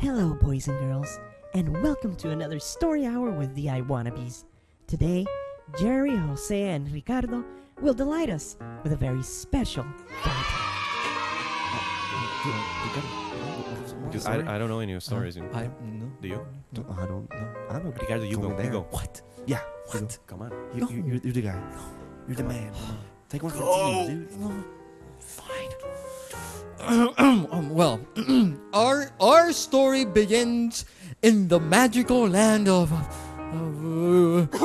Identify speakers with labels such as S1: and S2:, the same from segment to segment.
S1: Hello, boys and girls, and welcome to another story hour with the I Wannabes. Today, Jerry, Jose, and Ricardo will delight us with a very special fairy tale.
S2: Dude, Uh, I, I don't know any of the stories. you know.
S3: I no.
S2: Do you?
S3: No.
S4: I don't know.
S3: no.
S4: I don't know.
S2: Ricardo, you
S4: Go
S2: go.
S4: there.
S2: You go.
S3: What?
S4: Yeah.
S3: What?
S4: You,
S2: Come on.
S4: you,
S3: No.
S4: you, are the guy. You're the man. Come on. Take one for the team, dude.
S3: Fine. um, well, our our story begins in the magical land of, of, uh,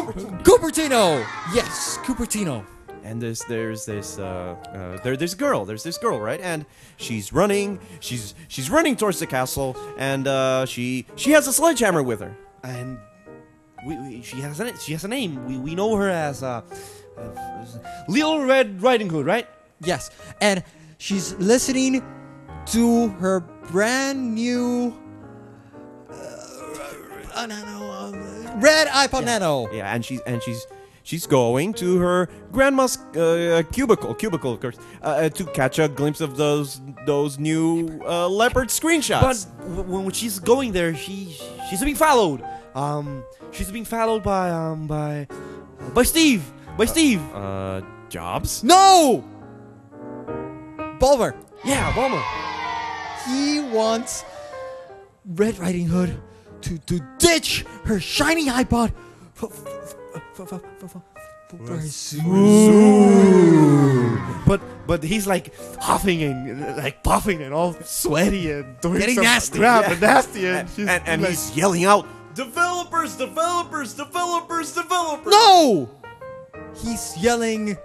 S3: Cupertino. Yes, Cupertino.
S2: And there's there's this uh, uh, there this girl. There's this girl, right? And she's running. She's she's running towards the castle, and uh, she she has a sledgehammer with her.
S4: And we, we, she has a she has a name. We, we know her as uh, uh, Little Red Riding Hood, right?
S3: Yes, and she's listening to her brand new. Uh, nano, uh, red iPod Nano.
S2: Yeah, and she's and she's she's going to her grandma's uh, cubicle, cubicle, of course, uh, uh, to catch a glimpse of those those new uh, leopard
S4: But
S2: screenshots.
S4: w- when she's going there, she she's being followed. Um, she's being followed by um by uh, by Steve. By Steve.
S2: uh, jobs.
S3: No! Bulver,
S4: Yeah, Bomber.
S3: he wants Red Riding Hood to, to ditch her shiny iPod for, for, for, for, for, for, for his
S4: But but he's like huffing and uh, like puffing and all sweaty and doing
S3: Getting
S4: some
S3: nasty,
S4: crap
S2: yeah.
S4: and nasty and,
S2: And,
S4: she's
S2: and, and
S4: like,
S2: he's yelling out, "Developers, developers, developers, developers!"
S3: No! He's yelling,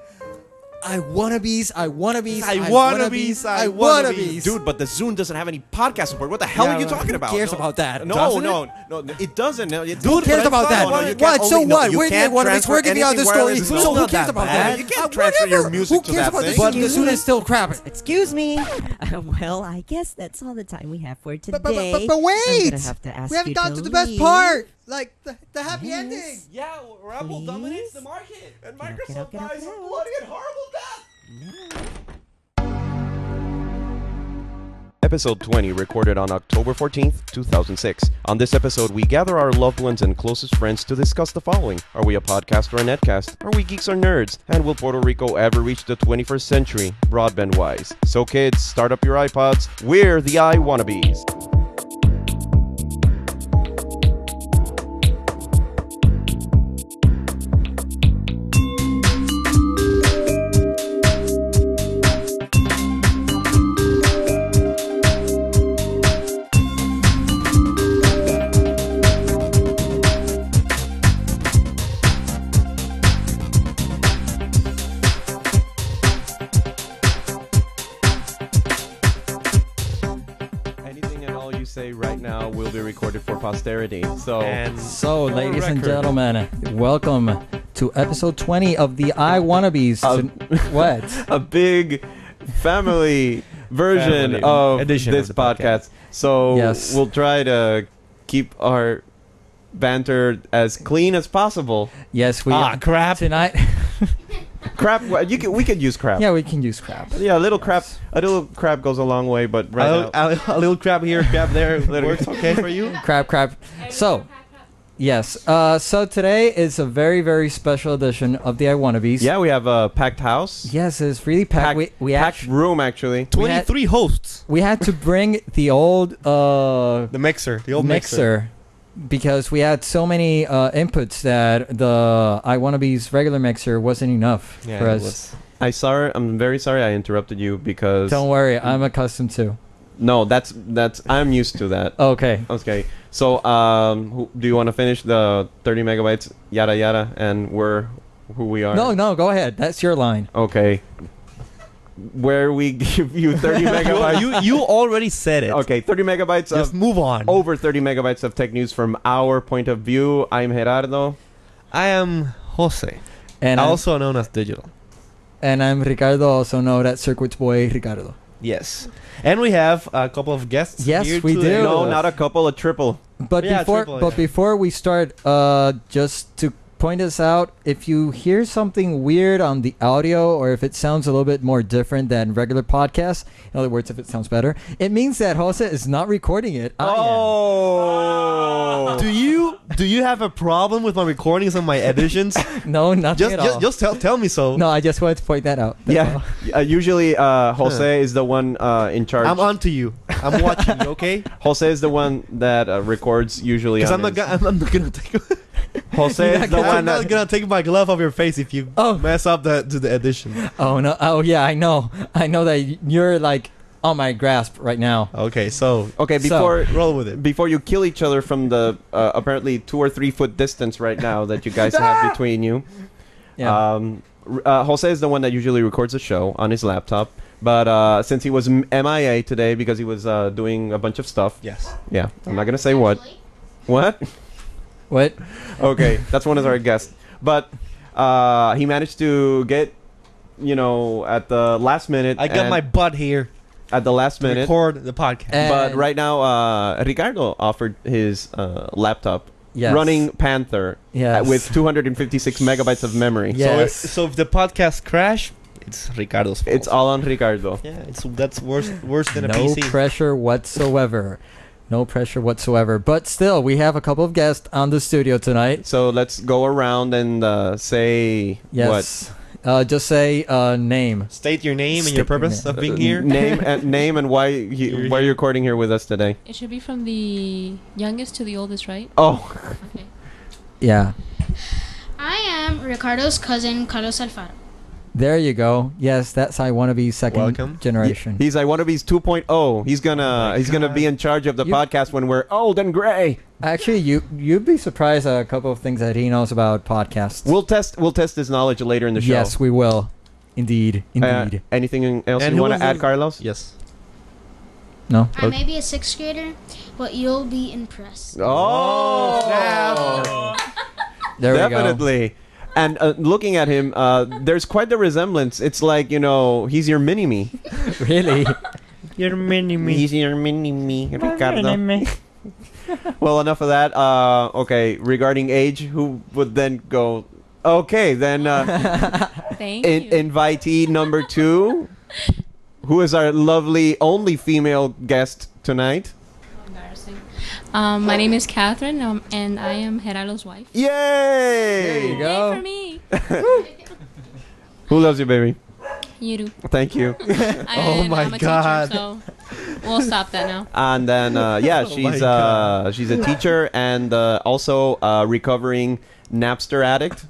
S3: I wannabes, I wannabes,
S4: I wannabes, I wannabes."
S2: Dude, but the Zune doesn't have any podcast support. What the hell
S4: Yeah,
S2: are you
S4: right.
S2: talking about?
S3: cares
S2: no,
S3: about that?
S2: No,
S3: Doesn't
S2: no, no, no, it doesn't. No, it,
S3: Who cares about that?
S2: No, no, you
S3: what?
S2: can't
S3: So
S2: only- no,
S3: what?
S2: you
S3: We're the
S2: can't
S3: wannabes. We're
S2: transfer
S3: giving out the
S2: anything
S3: story.
S2: wireless.
S3: So
S2: It's
S3: who
S2: not
S3: cares
S2: that
S3: about
S2: bad.
S3: that?
S2: You can't
S3: Uh,
S2: transfer your
S3: whatever.
S2: music
S3: Who
S2: to
S3: cares
S2: that
S3: about
S2: thing?
S3: the Zune? The
S1: Excuse
S3: Zune
S1: me.
S3: is still crap.
S1: Excuse me. Uh, well, I guess that's all the time we have for today.
S3: But, but, but, but wait!
S1: I'm gonna have to ask
S3: we haven't
S1: you
S3: gotten
S1: to
S3: to the best
S1: leave.
S3: part, like the, the happy
S1: Yes.
S3: ending.
S2: Yeah, or Apple
S1: Please?
S2: dominates the market, and
S1: Get up, get
S2: Microsoft
S1: up, get up,
S2: dies
S1: get
S2: a
S1: up.
S2: bloody and horrible death. Episode 20, recorded on October 14th, 2006. On this episode, we gather our loved ones and closest friends to discuss the following Are we a podcast or a netcast? Are we geeks or nerds? And will Puerto Rico ever reach the 21st century, broadband wise? So, kids, start up your iPods. We're the I Wannabes. Anything at all you say right now will be recorded for posterity. So,
S4: Oh.
S5: So, ladies and
S2: record.
S5: gentlemen, welcome to episode 20 of the I Wannabes. what?
S2: a big family version
S4: Family
S2: of
S4: edition
S2: this
S4: of the
S2: podcast. So
S5: Yes.
S2: we'll try to keep our banter as clean as possible.
S5: Yes, we
S4: Ah, crap.
S5: Tonight.
S2: Crap, well, you can, we could use crap.
S5: yeah, we can use crap.
S2: Yeah, a little crap. A little crap goes a long way, but right
S4: a,
S2: now,
S4: little, a little- a little crap here, crap there.
S2: Little-
S4: works okay for you.
S5: Crap, crap. So, yes. Uh, so, today is a very, very special edition of the I Wannabes.
S2: yeah, we have a packed house,
S5: Yes, it's really packed. we, we,
S2: packed
S5: actu-
S2: room
S5: We
S2: actually.
S5: had-
S4: Twenty-three hosts.
S5: we had to bring the old uh,
S4: The mixer, the old mixer.
S5: mixer. Because we had so many uh, inputs that the I Wannabes regular mixer wasn't enough for us.
S2: I sorry, I'm very sorry I interrupted you because
S5: Don't worry, I'm accustomed to.
S2: no, that's that's I'm used to that.
S5: Okay.
S2: Okay, so um, who, do you want to finish the 30 megabytes, yada yada, and we're who we are?
S5: No, no, go ahead. That's your line.
S2: Okay. Where we give you 30 megabytes.
S4: you you already said it.
S2: okay, 30 megabytes
S4: Just
S2: of.
S4: move on.
S2: Over 30 megabytes of tech news from our point of view. I'm Gerardo.
S4: I am Jose,
S5: And I'm,
S4: also known as Digital.
S5: and I'm Ricardo, also known as Circuits Boy Ricardo.
S4: Yes, and we have a couple of guests.
S5: Yes,
S4: here
S5: we
S4: today.
S5: do.
S2: No, not a couple, a triple.
S5: But
S4: Yeah,
S5: before
S4: triple,
S5: but
S4: yeah.
S5: before we start, uh, just to
S3: point this out. If you hear something weird on the audio, or if it sounds a little bit more different than regular podcasts, in other words, if it sounds better, it means that Jose is not recording it. I am.
S4: Oh.
S6: Oh.
S4: Do you do you have a problem with my recordings and my editions?
S3: no, nothing
S4: just
S3: at all.
S4: just, just tell tell me so.
S3: no, I just wanted to point that out. That's all.
S2: Yeah. Uh, usually, uh, Jose is the one uh, in charge.
S4: I'm on to you. I'm watching you, okay?
S2: Jose is the one that uh, records usually.
S4: Because
S2: on
S4: I'm not gonna
S2: his-
S4: I'm, I'm not gonna take
S2: Jose is the
S4: I'm
S2: one
S4: not
S2: that.
S4: gonna take my glove off your face if you
S3: Oh.
S4: mess up the to the edition.
S3: Oh no. Oh yeah, I know. I know that you're like on my grasp right now.
S4: Okay, so
S2: Okay,
S3: So-
S2: before
S4: roll with it.
S2: before you kill each other from the uh, apparently two or three foot distance right now that you guys have between you.
S3: Yeah.
S2: Um, r- uh, Jose is the one that usually records the show on his laptop, but uh, since he was m- MIA today because he was uh, doing a bunch of stuff.
S4: Yes.
S2: Yeah, I'm not gonna say what. What?
S3: what?
S2: Okay, that's one of our guests. But uh, he managed to get, you know, at the last minute.
S4: I got
S2: and-
S4: my butt here
S2: at the last
S4: to
S2: minute.
S4: record the podcast.
S2: But
S3: And-
S2: right now, uh, Ricardo offered his uh, laptop
S3: Yes.
S2: running Panther uh,
S3: Yes.
S2: with 256 megabytes of memory.
S3: Yeah.
S4: So, it-
S3: Yes.
S4: so if the podcast crash, it's Ricardo's fault.
S2: It's all on Ricardo.
S4: yeah. It's that's worse worse than a
S3: no
S4: PC.
S3: pressure whatsoever. No pressure whatsoever. But still, we have a couple of guests on the studio tonight.
S2: So let's go around and uh, say
S3: Yes. Uh, just say uh, name.
S4: State your name and
S3: State
S4: your
S3: your
S4: purpose
S3: name.
S4: of
S2: what
S4: being here.
S2: Uh, name and name and why
S4: You're
S2: you, why you're recording here with us today.
S7: It should be from the youngest to the oldest, right?
S2: Oh,
S7: Okay.
S3: Yeah.
S8: I am Ricardo's cousin, Carlos Alfaro.
S3: There you go. Yes, that's I want to be second
S4: Welcome.
S3: generation.
S2: he's like one of these 2.0. He's gonna he's gonna be in charge of the
S3: You-
S2: podcast when we're old and gray.
S3: Actually, you you'd be surprised at a couple of things that he knows about podcasts.
S2: We'll test we'll test his knowledge later in the show.
S3: yes, we will. Indeed.
S2: Uh,
S3: Indeed.
S2: anything else
S4: And
S2: you
S4: who
S2: want
S4: was
S2: to add,
S4: the-
S2: Carlos?
S4: Yes.
S3: no.
S8: I may be a sixth grader, but you'll be impressed.
S2: Oh, snap.
S3: Oh. There we go.
S2: Definitely. And uh, looking at him, uh, there's quite the resemblance. It's like you know, he's your mini me.
S3: Really.
S4: Your mini
S2: He's your mini me, Ricardo. well, enough of that. Uh, okay, regarding age, who would then go? Okay, then uh,
S7: Thank
S2: in-
S7: you.
S2: invitee number two, who is our lovely only female guest tonight.
S7: Embarrassing. Um, my name is Catherine, um, and I am Geraldo's wife.
S2: Yay!
S3: There you
S7: Yay
S3: go.
S7: for me.
S2: Who loves you, baby?
S7: You do.
S2: Thank you.
S3: Oh
S7: And
S4: my
S7: I'm a
S4: God.
S7: Teacher, so we'll stop that now.
S2: and then uh, yeah,
S4: Oh
S2: she's
S4: my
S2: uh, she's a teacher and uh, also a recovering Napster addict.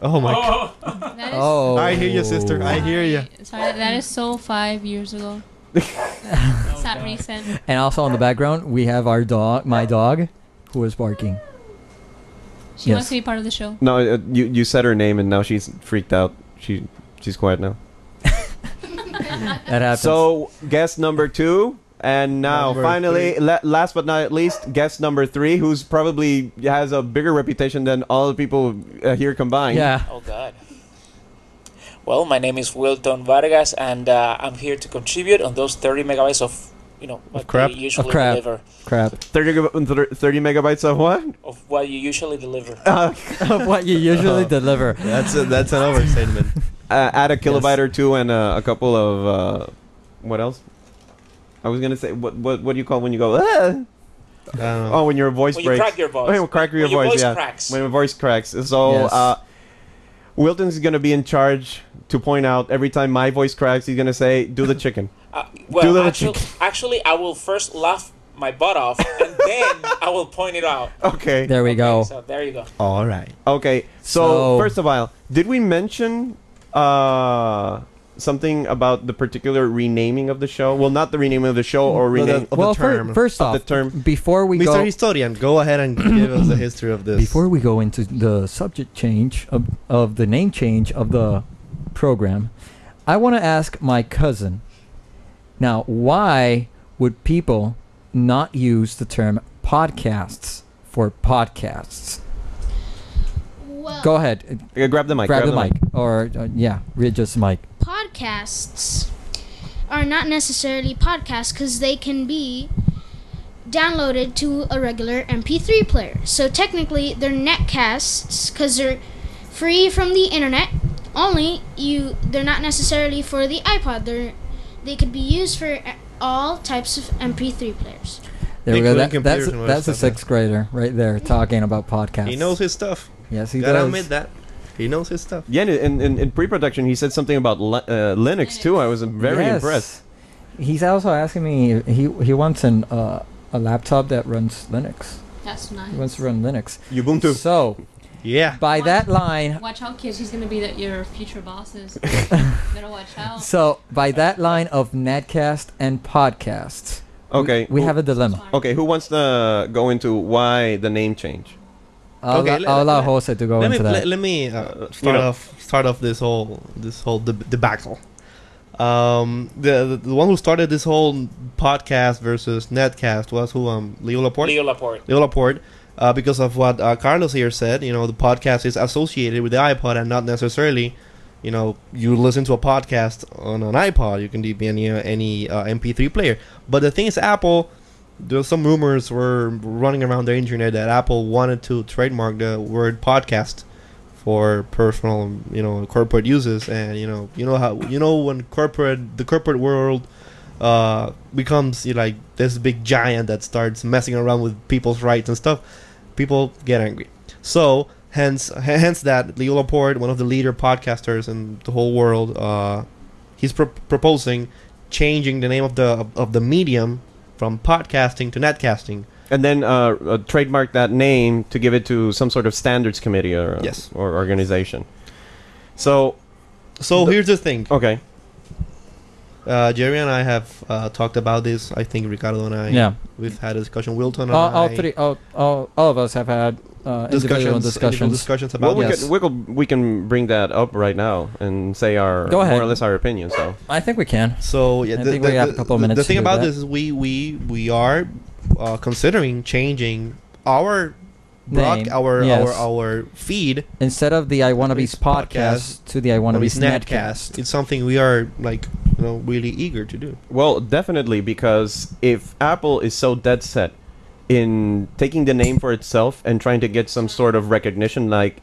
S4: Oh my god.
S7: That is,
S3: Oh.
S4: I hear you, sister. I hear you.
S7: Sorry, that is so five years ago. it's not recent.
S3: And also on the background, we have our dog, my dog, who is barking.
S7: She
S3: Yes.
S7: wants to be part of the show.
S2: No, uh, you you said her name and now she's freaked out. She she's quiet now.
S3: That happens.
S2: So guest number two. And now,
S4: Number
S2: finally,
S4: three.
S2: la- last but not least, guest number three, who's probably has a bigger reputation than all the people uh, here combined.
S3: yeah,
S9: Oh God. Well, my name is Wilton Vargas, and uh, I'm here to contribute on those 30 megabytes of, you know, what
S4: crap?
S9: you usually
S3: crap.
S9: deliver,
S3: crap.
S2: 30, gig- 30 megabytes of what?
S9: of what you usually deliver.
S2: Uh,
S3: of what you usually deliver.
S4: That's a, that's an overstatement.
S2: uh, add a kilobyte or two and uh, a couple of uh, what else? I was gonna say what what what do you call when you go? "Ah?"
S4: I don't know.
S2: Oh, when your voice
S9: When you
S2: breaks.
S9: crack your voice.
S2: When you crack your
S9: When your
S2: voice,
S9: voice
S2: yeah.
S9: cracks.
S2: When your voice cracks. So
S3: Yes.
S2: uh, Wilton's gonna be in charge to point out every time my voice cracks. He's gonna say, "Do the chicken."
S9: Uh,
S2: Do
S9: well,
S2: little
S9: actually, actually, I will first laugh my butt off, and then I will point it out.
S2: Okay.
S3: There we
S9: Okay,
S3: go.
S9: So there you go.
S4: All right.
S2: Okay. So,
S3: So-
S2: first of all, did we mention uh, something about the particular renaming of the show? Well, not the renaming of the show or
S4: But, uh,
S2: rename.
S4: of the
S3: well, fir-
S4: term.
S3: first
S2: Of
S3: Mm, off,
S2: the term.
S3: before we
S4: Mr.
S3: go,
S4: Historian, go ahead and give us the history of this.
S3: before we go into the subject change of, of the name change of the program, I want to ask my cousin. Now, why would people not use the term podcasts for podcasts?
S8: Well,
S3: Go ahead,
S2: Uh, grab the mic.
S3: grab, the, mic. or uh, yeah, read just the mic.
S8: podcasts are not necessarily podcasts because they can be downloaded to a regular MP3 player. So technically, they're netcasts because they're free from the internet. Only you, they're not necessarily for the iPod. They're they could be used for uh, all types of MP3 players.
S3: There we go.
S4: Including
S3: That-
S4: computers
S3: that's
S4: and other
S3: that's a
S4: stuff, yeah.
S3: sixth grader right there talking about podcasts.
S4: He knows his stuff.
S3: Yes, he
S4: Gotta
S3: does.
S4: admit that. He knows his stuff.
S2: Yeah, and in, in, in pre-production, he said something about li- uh, Linux too. I was very
S3: Yes.
S2: impressed.
S3: He's also asking me. He he wants an uh, a laptop that runs Linux.
S7: That's
S3: He
S7: nice.
S3: wants to run Linux.
S2: Ubuntu.
S3: So
S4: Yeah.
S3: by that line,
S7: Watch out, kids. He's gonna be the, your future bosses. Better watch out.
S3: so by that line of Natcast and podcasts,
S2: Okay.
S3: we
S2: who-
S3: have a dilemma.
S2: Okay, who wants to go into why the name change?
S3: I'll,
S4: Okay,
S3: allow-
S4: let-
S3: I'll allow
S4: let-
S3: Jose to go
S4: Let me
S3: into that.
S4: let, let me uh, start
S2: know.
S4: off start off this whole this whole deb- debacle. Um, the, the the one who started this whole podcast versus netcast was who um Leo Laporte.
S9: Leo Laporte.
S4: Leo Laporte, uh, because of what uh, Carlos here said, you know, the podcast is associated with the iPod and not necessarily, you know, you listen to a podcast on an iPod. You can be any uh, any uh, MP3 player. But the thing is, Apple. There's some rumors were running around the internet that Apple wanted to trademark the word podcast for personal, you know, corporate uses, and you know, you know how you know when corporate the corporate world uh, becomes you know, like this big giant that starts messing around with people's rights and stuff, people get angry. So hence hence that Leo Laporte, one of the leader podcasters in the whole world, uh, he's pro- proposing changing the name of the of the medium from podcasting to netcasting.
S2: And then uh, uh, trademark that name to give it to some sort of standards committee or
S4: Yes.
S2: or organization. So
S4: So here's the thing.
S2: okay,
S4: Uh, Jerry and I have uh, talked about this. I think Ricardo and I
S3: yeah,
S4: we've had a discussion. Wilton and
S3: all, all
S4: I
S3: three, all, all, all of us have had uh, individual
S4: individual
S3: discussions.
S4: discussions about
S2: well we
S3: yes.
S2: can we, can we can bring that up right now and say our
S3: Go ahead.
S2: more or less our opinion. So
S3: I think we can.
S4: So yeah,
S3: I
S4: the,
S3: think
S4: the,
S3: we have
S4: the-
S3: a couple
S4: the-
S3: minutes
S4: The
S3: to
S4: thing
S3: do
S4: about
S3: that.
S4: this is we we we are uh, considering changing our broad,
S3: Name,
S4: our
S3: yes.
S4: our our feed
S3: Instead of the I Wanna Be's
S4: It's podcast
S3: podcast to the I Wanna
S4: on
S3: Be's
S4: this
S3: Netcast.
S4: It's something we are like you know really eager to do.
S2: well, definitely because if Apple is so dead set in taking the name for itself and trying to get some sort of recognition, like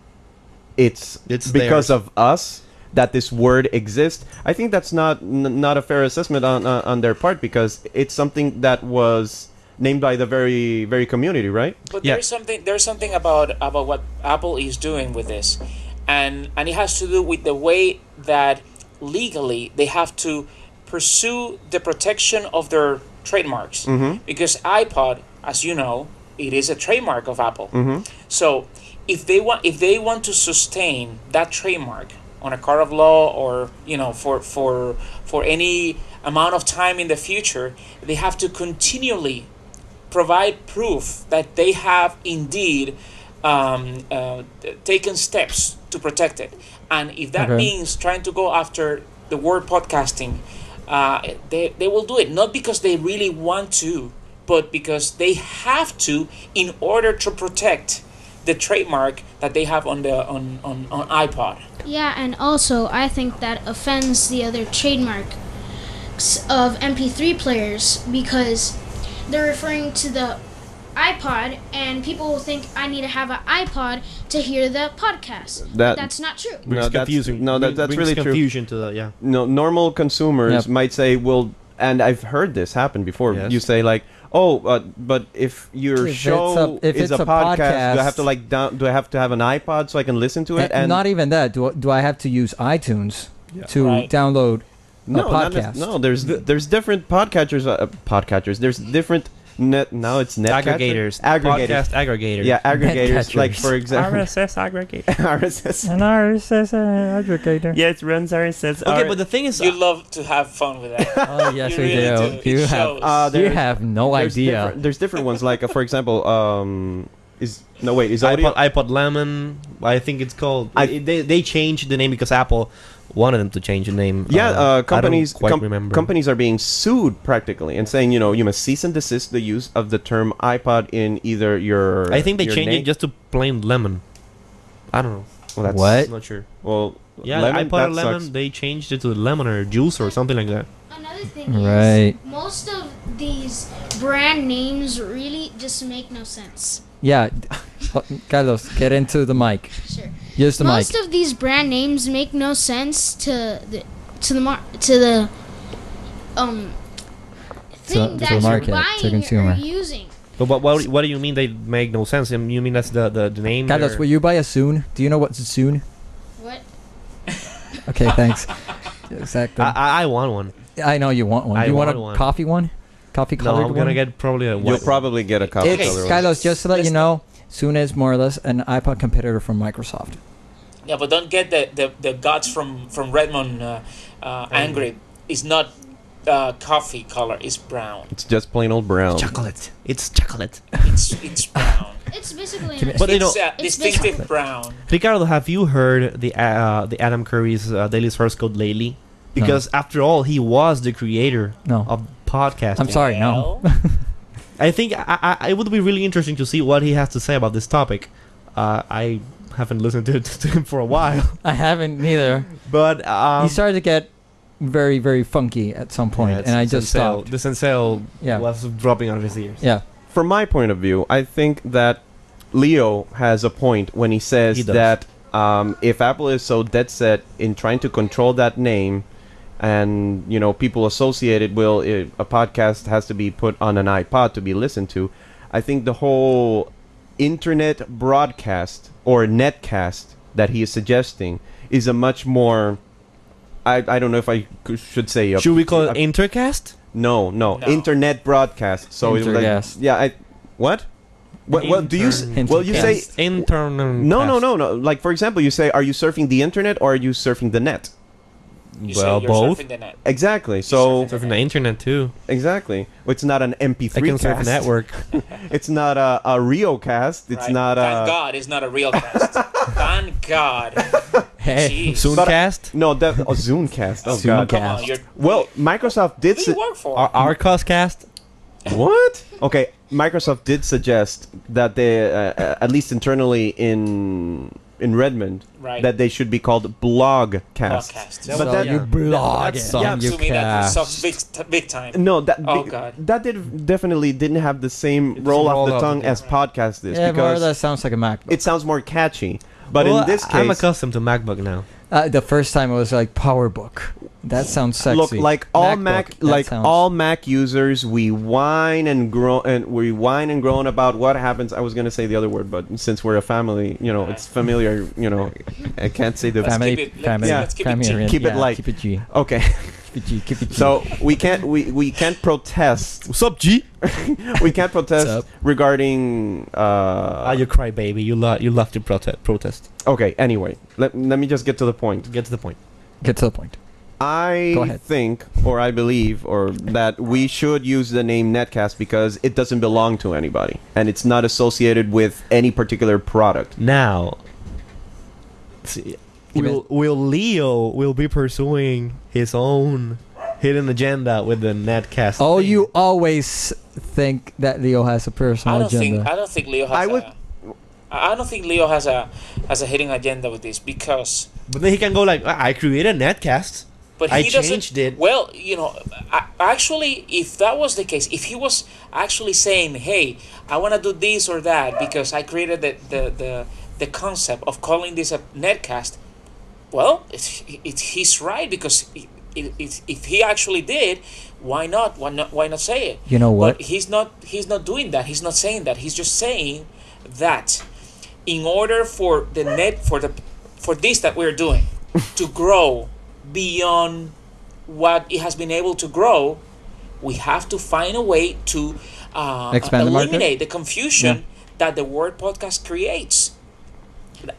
S2: it's
S4: It's
S2: because
S4: theirs.
S2: of us that this word exists. I think that's not n- not a fair assessment on uh, on their part because it's something that was named by the very very community, right?
S9: But
S4: Yeah.
S9: there's something there's something about about what Apple is doing with this, and and it has to do with the way that legally they have to pursue the protection of their trademarks because iPod, as you know, it is a trademark of Apple. So if they want if they want to sustain that trademark on a court of law or you know for for for any amount of time in the future, they have to continually provide proof that they have indeed um, uh, t- taken steps to protect it. And if that
S3: Okay.
S9: means trying to go after the word podcasting, uh, they, they will do it. Not because they really want to, but because they have to in order to protect the trademark that they have on the on, on, on iPod.
S8: Yeah, and also I think that offends the other trademarks of MP3 players because they're referring to the iPod, and people will think I need to have an iPod to hear the podcast.
S2: That-
S8: But that's not true.
S2: No, that's- no, that- that's
S4: brings
S2: really true.
S4: confusion to the yeah.
S2: no, normal consumers
S3: Yep.
S2: might say, "Well," and I've heard this happen before.
S4: Yes.
S2: You say like, "Oh, uh, but if your
S3: If it's
S2: show
S3: a- if
S2: is
S3: it's
S2: a
S3: a
S2: podcast, do I have to
S3: podcast-
S2: like down, do I have to have an iPod so I can listen to it?"
S3: And not even that. Do, I- do I have to use iTunes to
S9: Right.
S3: download a
S2: no, not nec-
S3: podcast?
S2: no, there's there's different podcatchers, uh, podcatchers. There's different net. Now it's net
S4: Aggregators,
S2: aggregators.
S4: podcast aggregators.
S2: Yeah, aggregators.
S3: Netcatchers.
S2: Like for example,
S6: RSS aggregate.
S2: RSS.
S3: An RSS aggregator.
S6: Yeah, it runs RSS. Okay,
S2: Alright.
S6: but the thing is,
S9: You love to have fun with that.
S3: Oh, yes,
S9: you
S3: we
S9: really
S3: do.
S9: It
S3: You have,
S9: shows.
S2: Uh,
S3: you
S2: there's-
S3: have no
S2: There's
S3: idea.
S2: different, there's different ones. Like uh, for example, um, is no wait, is audio?
S4: iPod, iPod Lemon, I think it's called.
S2: I-
S4: they they changed the name because Apple wanted them to change the name.
S2: Yeah,
S4: Um, I
S2: uh,
S4: don't
S2: companies
S4: quite
S2: com-
S4: remember.
S2: companies are being sued practically and saying, you know, you must cease and desist the use of the term iPod in either your.
S4: I think they
S2: your
S4: changed
S2: name-
S4: it just to plain lemon. I don't know.
S2: Well, that's,
S3: What?
S4: I'm not sure.
S2: Well,
S4: Yeah,
S2: Eh, lemon,
S4: I put
S2: that
S4: a lemon.
S2: sucks.
S4: They changed it to lemon or juice or something like that.
S8: Another thing
S3: Right.
S8: is most of these brand names really just make no sense.
S3: Yeah. Carlos, oh, get into the mic.
S8: Sure.
S3: Yes, the mic.
S8: Most of these brand names make no sense to the to the mar- to the um
S3: To-
S8: thing
S3: to
S8: that
S3: the market, to
S8: you're buying
S3: consumer.
S8: or using.
S4: But what, what, what do you mean they make no sense? You mean that's the, the, the name?
S3: Carlos,
S4: they're-
S3: will you buy a soon? Do you know what's a soon?
S8: What?
S3: Okay, thanks. exactly.
S4: I,
S3: I,
S4: I, I want one.
S3: know you want one.
S4: I
S3: you want
S4: want
S3: a
S4: one.
S3: coffee one? Coffee
S4: No,
S3: colored
S4: I'm
S3: one?
S4: gonna get probably a
S2: You'll
S4: white. one.
S2: probably get a copy.
S3: it's,
S2: of the other one.
S3: Carlos, just to let you know, soon is more or less an iPod competitor from Microsoft.
S9: Yeah, but don't get the the, the guts from from Redmond uh, uh, angry. It's not uh, coffee color. It's brown.
S2: It's just plain old brown.
S4: chocolate. It's chocolate.
S9: It's it's brown.
S8: It's basically
S3: Give
S8: an-
S3: me-
S4: But you know,
S9: it's uh,
S8: It's
S9: distinctive brown.
S4: Ricardo, have you heard the uh, the Adam Curry's uh, Daily Source Code lately? Because after all, he was the creator
S3: No.
S4: of podcasting.
S3: I'm sorry, no.
S9: Well,
S4: I think I, I, it would be really interesting to see what he has to say about this topic. Uh, I haven't listened to, to him for a while,
S3: I haven't neither.
S4: but um,
S3: he started to get very, very funky at some point,
S4: yeah,
S3: and I just
S4: Senseo-
S3: stopped.
S4: The Senseo
S3: Yeah.
S4: was dropping out of his ears.
S3: Yeah.
S2: From my point of view, I think that Leo has a point when he says
S4: He does.
S2: that um, if Apple is so dead set in trying to control that name, and you know people associated will i a podcast has to be put on an iPod to be listened to. I think the whole internet broadcast or netcast that he is suggesting is a much more I, I don't know if I c- should say a
S4: Should we call it Intercast?
S2: No, no,
S9: No.
S2: internet broadcast. So it was
S3: Intercast.
S2: like, yeah, I what? What? What do you? s-
S4: Intern-
S2: Well, you say
S3: Intercast.
S4: Intern.
S2: no, no, no, no. Like for example, you say, "Are you surfing the internet or are you surfing the net?"
S9: you say
S4: Well,
S9: you're
S4: both.
S9: surfing the net.
S2: Exactly. So
S9: surfing
S4: Surfing the internet too.
S2: exactly, Well, it's not an MP3
S4: I can surf
S2: cast.
S4: network.
S2: It's not a, a Rio cast. It's
S9: right?
S2: not uh,
S9: Thank
S2: a
S9: God, it's not a real cast. Thank God.
S3: Hey.
S9: Jeez.
S4: Sooncast.
S2: no that a Zoomcast. Oh God.
S9: Come on,
S3: Cast.
S9: you're.
S2: Well, Microsoft did.
S9: Who
S2: su-
S9: do you work for?
S4: Ar- Arcoscast.
S2: What? Okay, Microsoft did suggest that they, uh, uh, at least internally in in Redmond,
S9: Right.
S2: that they should be called blogcasts.
S9: Podcasts.
S3: But
S2: But
S3: so
S2: that-
S3: you blog
S2: that's-
S3: it on
S2: yeah,
S3: your
S9: to me, that
S3: cast.
S9: sucks big, t- big time.
S2: No, that
S9: Oh,
S2: be-
S9: God.
S2: that did definitely didn't have the same
S4: doesn't
S2: roll off
S4: roll
S2: the
S4: off the
S2: tongue
S4: tongue.
S2: as podcast is
S3: Yeah, more or
S2: because
S3: less sounds like a MacBook.
S2: it sounds more catchy. But
S4: Well,
S2: in this
S4: I'm
S2: case,
S4: accustomed to MacBook now.
S3: Uh, the first time it was like PowerBook. That sounds sexy.
S2: look like all
S3: MacBook,
S2: Mac,
S3: that
S2: like
S3: sounds-
S2: all Mac users, we whine and groan and we whine and groan about what happens. I was gonna say the other word, but since we're a family, you know, it's familiar. You know, I can't say the
S3: family,
S9: keep it- let's-
S3: family,
S2: yeah,
S9: let's keep it
S3: family
S9: G.
S3: orient-
S2: Keep it
S3: yeah,
S2: light.
S3: Keep it G.
S2: Okay,
S3: Keep it G. Keep it G.
S2: so we can't we, we can't protest.
S4: What's up, G?
S2: We can't protest
S3: What's
S2: regarding.
S4: Ah,
S2: Uh,
S4: you cry, baby. You love you love to protest. Protest.
S2: okay, anyway, let, let me just get to the point.
S4: Get to the point.
S3: get to the point. Go
S2: I
S3: ahead.
S2: think, or I believe, or that we should use the name Netcast because it doesn't belong to anybody, and it's not associated with any particular product.
S4: Now, see,
S3: Give
S4: will will Leo will be pursuing his own hidden agenda with the netcast?
S3: Oh,
S4: thing.
S3: you always think that Leo has a personal
S9: I don't
S3: agenda.
S9: think I don't think Leo has
S2: I would-
S9: a I I don't think Leo has a has a hidden agenda with this because
S4: But then he can go like, I I created netcast.
S9: but
S4: I
S9: he doesn't
S4: changed it.
S9: well you know I, actually if that was the case if he was actually saying hey I want to do this or that because I created the the, the the concept of calling this a netcast well it's, it's he's right because it, it, it's if he actually did why not why not why not say it
S3: You know what?
S9: but he's not he's not doing that he's not saying that he's just saying that in order for the net for the for this that we're doing to grow beyond what it has been able to grow we have to find a way to uh,
S3: Expand the market?
S9: eliminate the confusion that the word podcast creates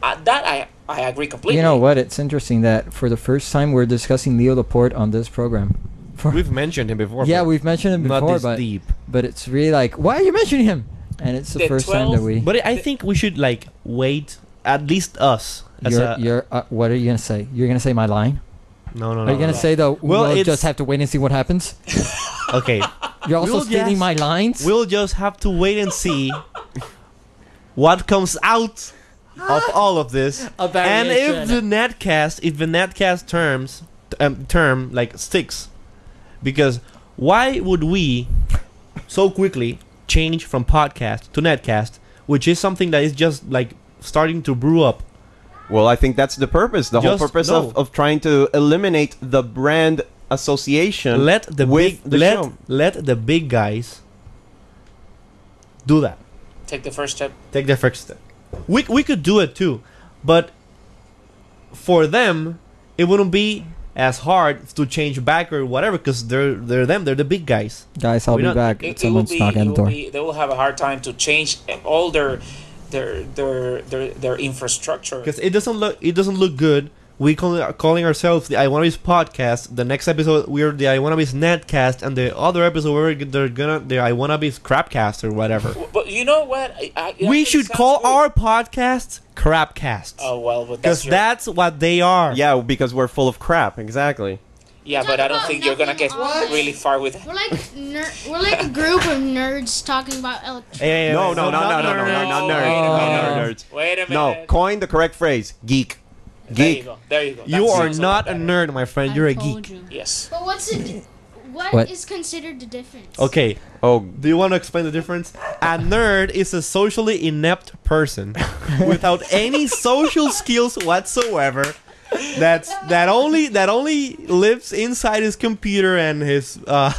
S9: Uh, that I, I agree completely
S3: you know what? It's interesting that for the first time we're discussing Leo Laporte on this program. For,
S4: We've mentioned him before.
S3: yeah,
S4: but
S3: we've mentioned him
S4: not
S3: before,
S4: this
S3: but
S4: deep.
S3: but it's really like, why are you mentioning him? And it's the,
S9: The
S3: first time that
S9: 12
S3: we.
S4: But I think we should like wait. At least us. As
S3: you're,
S4: a,
S3: you're, uh, what are you gonna say? You're gonna say my line?
S4: no, no, no.
S3: Are you
S4: no,
S3: gonna
S4: no.
S3: say though?
S4: Well,
S3: we'll
S4: it's-
S3: just have to wait and see what happens.
S4: Okay,
S3: You're also
S4: We'll
S3: stealing
S4: just-
S3: my lines.
S4: we'll just have to wait and see what comes out of all of this.
S3: A
S4: and if
S3: variation.
S4: the netcast if the netcast terms um, term like sticks because why would we so quickly change from podcast to netcast which is something that is just like starting to brew up
S2: Well, I think that's the purpose. The
S4: Just
S2: whole purpose
S4: no.
S2: of, of trying to eliminate the brand association.
S4: Let the
S2: with
S4: big
S2: the
S4: let
S2: show.
S4: let the big guys do that.
S9: Take the first step.
S4: Take the first step. We we could do it too, but for them, it wouldn't be as hard to change back or whatever because they're they're them. They're the big guys.
S3: Guys, I'll
S4: We
S3: be
S4: don't-
S3: back.
S9: It, it will
S3: Someone's
S9: be,
S3: knocking
S9: it
S3: on the
S9: will
S3: door.
S9: be- they will have a hard time to change all their their their their, their infrastructure.
S4: Because it doesn't look it doesn't look good. We call, calling ourselves the I Wanna Be's podcast. The next episode we're the I Wanna Be's netcast, and the other episode we're g- they're gonna the I Wanna Be's crapcast or whatever.
S9: But you know what? I, I, it actually
S4: we should
S9: sounds
S4: call
S9: good.
S4: our podcast crapcast.
S9: Oh well, but
S4: Because
S9: that's your,
S4: that's what they are.
S2: Yeah, because we're full of crap. Exactly.
S9: yeah.
S8: Talk
S9: But I don't
S8: about
S9: think you're gonna
S8: nothing
S9: get
S8: on-
S9: really far with.
S8: We're like ner- we're like a group of nerds talking about electronics.
S4: Hey, hey,
S2: No,
S4: hey,
S2: no, no,
S4: not
S2: no, no, no,
S4: nerds.
S2: no, not
S9: Oh,
S2: nerds.
S9: wait
S2: No,
S9: a
S2: not
S9: minute.
S2: nerds.
S9: Wait a minute.
S2: No, coin the correct phrase. Geek.
S9: There you
S2: Geek.
S9: go. There you go.
S4: You
S9: That
S4: are
S9: seems
S4: not a
S9: lot better.
S4: nerd, my friend. You're a geek.
S7: You.
S9: Yes.
S8: But what's it? What,
S3: What?
S8: what is considered the difference?
S4: Okay,
S2: Oh,
S4: do you want to explain the difference? A nerd is a socially inept person without any social skills whatsoever. That's that only that only lives inside his computer and his uh,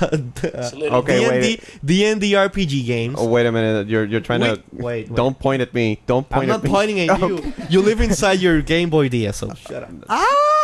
S9: Absolutely.
S2: Okay,
S4: D&D,
S2: wait.
S4: D&D RPG games.
S2: oh, wait a minute. You're you're trying to.
S4: Wait, wait, wait.
S2: Don't point at me. Don't point
S4: I'm
S2: at
S4: not
S2: me.
S4: pointing at you. You live inside your Game Boy DS. So shut up.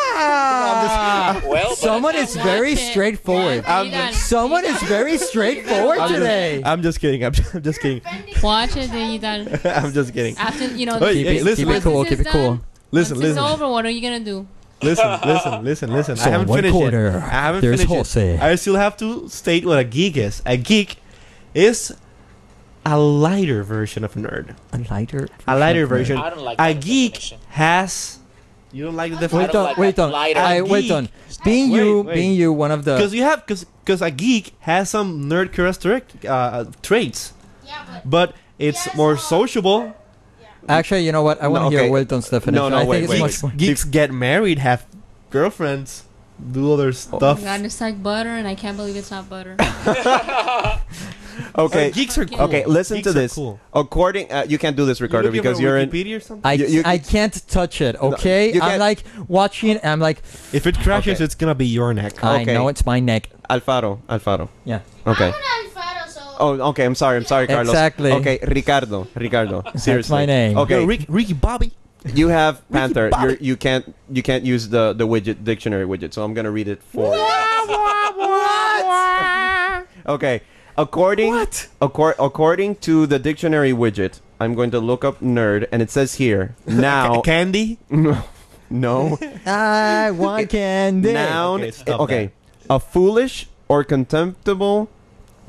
S3: Ah!
S9: Well, but
S3: Someone is very
S7: Watch it.
S3: straightforward.
S7: Watch it. You
S4: I'm-
S7: done.
S3: Someone is very straightforward
S4: I'm just-
S3: today.
S4: I'm just kidding. I'm just, I'm just kidding.
S7: Watch it, then you done.
S4: I'm just kidding.
S7: After you know,
S4: Wait,
S3: keep
S4: hey,
S3: it,
S4: listen,
S3: keep it
S7: listen.
S3: cool.
S7: Once
S3: Keep
S7: this
S3: it
S7: is
S3: cool.
S4: Listen,
S7: it's
S4: listen,
S7: over. What are you gonna do?
S4: listen, listen, listen, listen. I
S3: So
S4: haven't
S3: one
S4: finished
S3: quarter,
S4: it. I haven't
S3: there's
S4: finished
S3: Jose.
S4: it. I still have to state what a geek is. A geek is a lighter version of a nerd.
S3: A lighter.
S4: A lighter version.
S9: I don't like
S4: A
S9: that
S4: geek
S9: definition.
S4: has. You don't like the
S9: I
S3: Wait
S4: definition
S9: don't
S3: on.
S9: like
S3: wait
S9: that
S3: on.
S9: lighter.
S3: I wait
S4: Geek.
S3: on. Being
S4: Wait,
S3: you,
S4: wait.
S3: being you, one of the.
S4: because you have because because a geek has some nerd characteristic uh, traits,
S8: Yeah, but
S4: but it's
S8: Yes,
S4: more
S8: uh,
S4: sociable.
S3: Actually, you know what? I want to
S2: No,
S3: hear
S2: okay.
S3: Wilton's definition.
S2: No, no,
S3: I think
S2: wait,
S3: it's
S2: wait,
S3: much more.
S4: Geeks get married, have girlfriends, do other stuff.
S7: Oh God, it's like butter, and I can't believe it's not butter.
S2: Okay.
S4: geeks are
S7: Okay.
S4: cool.
S2: Okay, listen
S4: Geeks
S2: to
S4: are
S2: this.
S4: cool.
S2: According, uh, you can't do this, Ricardo,
S4: looking
S2: because
S4: for
S2: you're in.
S4: Wikipedia or something?
S3: I,
S2: You- you-
S3: I can't touch it. Okay,
S2: you can't-
S3: I'm like watching. I'm like,
S4: If it crashes,
S2: Okay.
S4: it's gonna be your neck.
S3: I
S2: Okay.
S3: know it's my neck.
S2: Alfaro, Alfaro.
S3: Yeah.
S2: Okay.
S8: I'm an Alfaro, so
S2: Oh, okay. I'm sorry. I'm sorry, Carlos.
S3: Exactly.
S2: Okay, Ricardo. Ricardo. Seriously.
S3: my name.
S2: Okay.
S4: Yo, Rick, Ricky Bobby.
S2: you have Panther.
S4: Bobby.
S2: You're, you can't. You can't use the the widget dictionary widget. So I'm gonna read it for you. Okay. According Accor- according to the dictionary widget, I'm going to look up nerd, and it says here now.
S4: Candy.
S2: no.
S3: I want candy.
S2: noun.
S4: Okay,
S2: Okay,
S4: stop
S2: a foolish or contemptible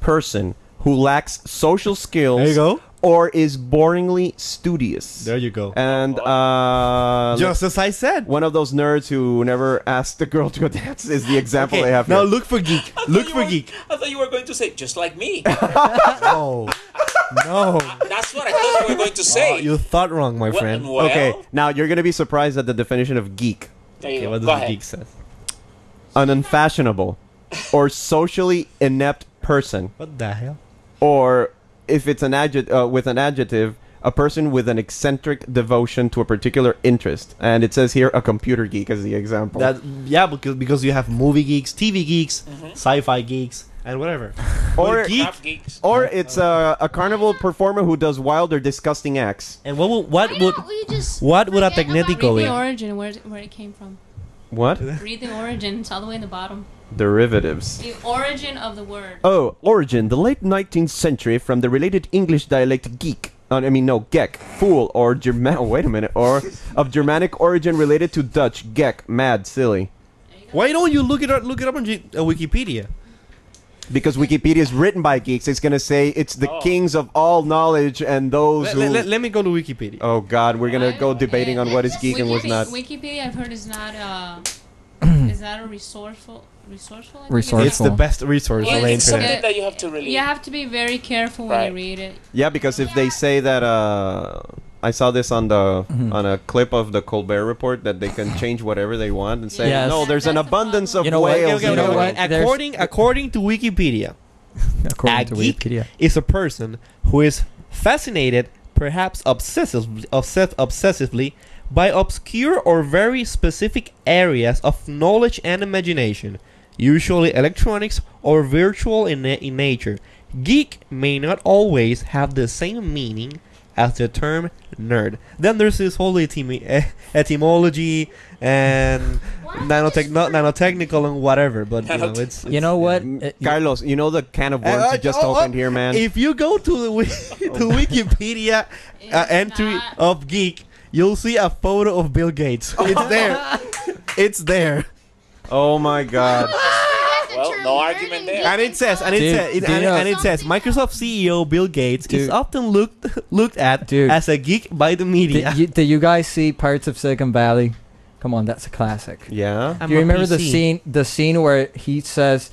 S2: person who lacks social skills
S4: There you go.
S2: or is boringly studious.
S4: There you go.
S2: and uh,
S4: Just as I said.
S2: one of those nerds who never asked the girl to go dance is the example I have
S4: now
S2: here.
S4: look for geek. Look
S9: You
S4: for
S9: were-
S4: geek.
S9: I thought you were going to say just like me.
S4: No, no.
S9: That's what I thought you were going to say.
S4: You thought wrong, my
S9: Well,
S4: friend.
S9: well,
S2: okay, now you're gonna be surprised at the definition of geek:
S9: There you
S4: Okay,
S9: go.
S4: what does
S9: Go
S4: the
S9: ahead.
S4: geek say?
S2: an unfashionable or socially inept person.
S4: What the hell?
S2: or if it's an adject uh, with an adjective, a person with an eccentric devotion to a particular interest. And it says here a computer geek as the example.
S4: That yeah, because because you have movie geeks, TV geeks,
S9: Mm-hmm.
S4: sci-fi geeks, and whatever.
S2: Or-
S4: But geek.
S9: Crap geeks.
S2: or it's a, a carnival performer who does wild or disgusting acts.
S4: And what would
S8: why
S4: what would
S8: don't we just
S4: what would a
S8: forget about
S4: technetic
S8: it?
S4: go
S7: Read
S4: in?
S7: the origin, where it- where it came from.
S2: What?
S7: Read the origin. It's all the way in the bottom.
S2: Derivatives.
S7: The origin of the word.
S2: Oh, origin, the late 19th century from the related English dialect geek. uh, I mean, no, geck, fool, or German. Wait a minute, or of Germanic origin related to Dutch, geck, mad, silly.
S4: Why don't you look it up? Look it up on G- uh, Wikipedia.
S2: Because Wikipedia is written by geeks, it's gonna say it's the
S9: Oh.
S2: kings of all knowledge and those
S4: Let,
S2: who.
S4: let- let- let me go to Wikipedia.
S2: Oh God, we're gonna
S7: I
S2: go
S7: don't-
S2: debating
S7: uh,
S2: on what is geek and what's
S7: Wikipedi-
S2: not.
S7: Wikipedia, I've heard, is not uh, is not a resourceful resourceful. I think?
S3: Resourceful.
S4: It's the best resource
S7: Well,
S4: on the
S7: it's
S4: internet.
S9: Something that you have to really.
S7: You have to be very careful when
S9: Right.
S7: you read it.
S2: Yeah, because if they say that, uh, I saw this on the
S3: Mm-hmm.
S2: on a clip of the Colbert Report that they can change whatever they want and say
S3: Yes.
S2: no, there's an
S7: That's the
S2: abundance of
S3: You know what?
S2: whales.
S3: You know what? There's-
S4: According according to Wikipedia,
S3: According
S4: a
S3: to
S4: geek
S3: Wikipedia.
S4: is a person who is fascinated, perhaps obsessive, obsess, obsessively, by obscure or very specific areas of knowledge and imagination, usually electronics or virtual in, in nature. Geek may not always have the same meaning as the term nerd. Then there's this whole etymi- eh, etymology and
S8: Why don't you
S4: nanotech-
S8: just
S4: not nanotechnical and whatever, but you know,
S9: Nanotech-
S4: it's,
S3: You know what?
S2: Mm,
S3: Uh, you-
S2: Carlos, you know the can of worms
S4: Uh,
S2: you just
S4: oh, oh,
S2: opened here, man.
S4: If you go to the wi- to Wikipedia uh,
S7: It's
S4: entry
S7: not-
S4: of geek, you'll see a photo of Bill Gates. It's there. it's there.
S2: oh my God.
S8: That's
S9: Well,
S8: the term
S9: no
S8: nerd
S9: argument
S8: in
S9: there.
S8: geek
S4: And it says, and it
S3: Dude,
S4: says,
S3: do
S4: and,
S3: you know-
S4: and it says, Microsoft CEO Bill Gates is
S3: Dude.
S4: often looked looked at
S3: Dude.
S4: as a geek by the
S3: Did,
S4: media.
S3: you, did you guys see Pirates of Silicon Valley? Come on, that's a classic.
S2: Yeah.
S4: I'm
S3: Do you
S4: a
S3: remember the
S4: PC.
S3: scene? The scene where he says,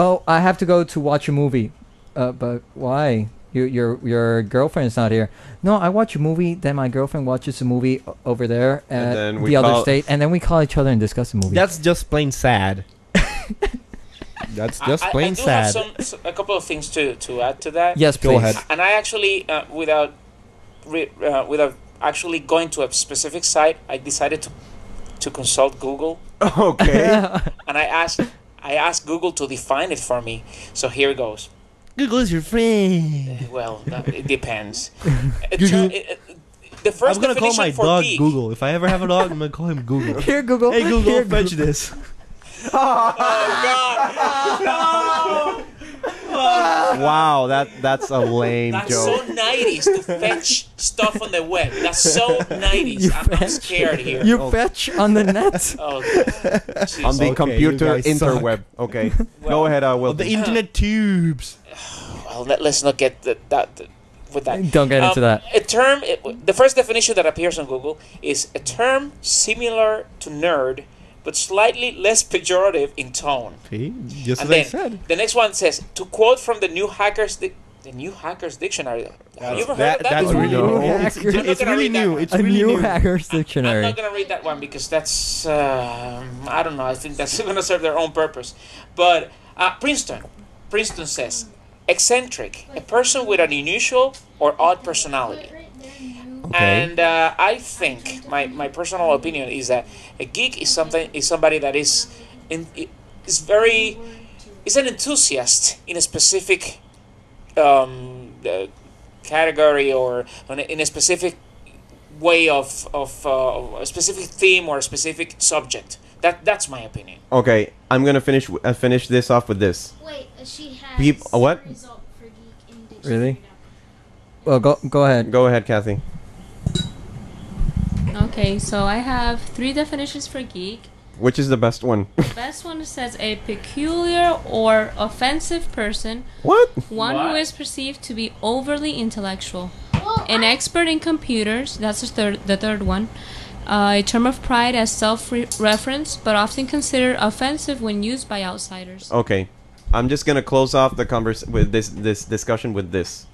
S3: "Oh, I have to go to watch a movie." Uh, but why? Your your your girlfriend's not here. No, I watch a movie. Then my girlfriend watches a movie o- over there
S2: And
S3: at
S2: then we
S3: the other
S2: call-
S3: state, and then we call each other and discuss the movie.
S4: That's just plain sad. That's just
S9: I, I, I
S4: plain
S9: do
S4: sad.
S9: have some, s- a couple of things to, to add to that.
S3: yes,
S4: Go
S3: please.
S4: ahead.
S9: And I actually, uh, without re, uh, without actually going to a specific site, I decided to to consult Google,
S2: Okay.
S9: and I asked I asked Google to define it for me. So here goes.
S4: Google is your friend.
S9: Well, that, it depends. It tur-
S4: Google.
S9: it- it- the first
S4: I'm gonna call
S9: definition
S4: my
S9: for
S4: dog
S9: geek-
S4: Google. If I ever have a dog, I'm gonna call him Google.
S3: Here, Google.
S4: hey Google,
S3: Here,
S4: fetch this.
S9: Oh,
S2: wow, that that's a lame
S9: That's
S2: joke.
S9: so 90s to fetch stuff on the web. That's so 90s. I'm, I'm scared here.
S3: You fetch on the net.
S9: Oh, jeez.
S2: On the
S4: Okay,
S2: computer
S4: you guys suck.
S2: interweb. Okay. Go ahead, uh, Will.
S4: The internet tubes.
S9: well, Oh, let, us not get that, that with that. Um,
S3: Don't get into that.
S9: A term. It, the first definition that appears on Google is a term similar to nerd, but slightly less pejorative in tone.
S4: See, just
S9: And
S4: as I
S9: then
S4: said.
S9: the next one says to quote from the new hackers Dic- the new hackers dictionary. Have you ever heard of that?
S4: that's
S9: before?
S4: really
S3: Ooh,
S4: new.
S3: yeah,
S4: It's,
S3: accurate.
S4: ju- it's
S9: I'm not
S4: really
S9: gonna read
S4: new.
S9: that.
S4: It's
S3: A
S4: really
S3: new
S4: new.
S3: hacker's
S9: I'm
S3: dictionary.
S9: not gonna read that one because that's uh, I don't know. I think that's gonna serve their own purpose. But uh, Princeton, Princeton says eccentric, a person with an unusual or odd personality. And uh, I think my, my personal opinion is that a geek is something is somebody that is in, is very is an enthusiast in a specific um, uh, category or on a, in a specific way of of uh, a specific theme or a specific subject. That that's my opinion.
S2: Okay, I'm gonna finish w- uh, finish this off with this.
S8: Wait, she has
S2: Peep- a what?
S8: the result for geek in dictionary
S3: Really?
S8: now.
S3: Well, go go ahead.
S2: Go ahead, Kathy.
S7: Okay, so I have three definitions for geek.
S2: Which is the best one?
S7: The best one says a peculiar or offensive person,
S2: what?
S7: one who
S9: What?
S7: is perceived to be overly intellectual.
S8: Well,
S7: an
S8: I-
S7: expert in computers that's the third, the third one uh, a term of pride as self-reference but often considered offensive when used by outsiders
S2: Okay, I'm just gonna close off the convers with this this discussion with this.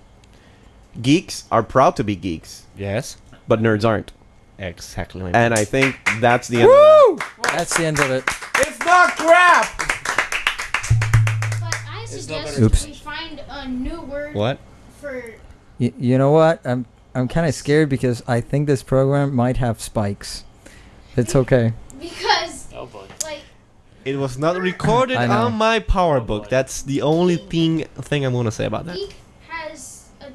S2: Geeks are proud to be geeks,
S4: Yes,
S2: but nerds aren't,
S4: exactly. My
S2: and I think that's the end. Woo!
S3: That's the end of it.
S2: It's not crap.
S8: But I suggest
S3: better. Oops.
S8: we find a new word
S4: what?
S8: for.
S3: Y- you know what? I'm I'm kind of scared because I think this program might have spikes. It's okay.
S8: Because,
S9: Oh boy.
S8: like,
S4: It was not recorded
S3: I know.
S4: on my
S9: Oh, boy.
S4: PowerBook. That's the only thing thing I'm gonna say about that.
S8: geek has a,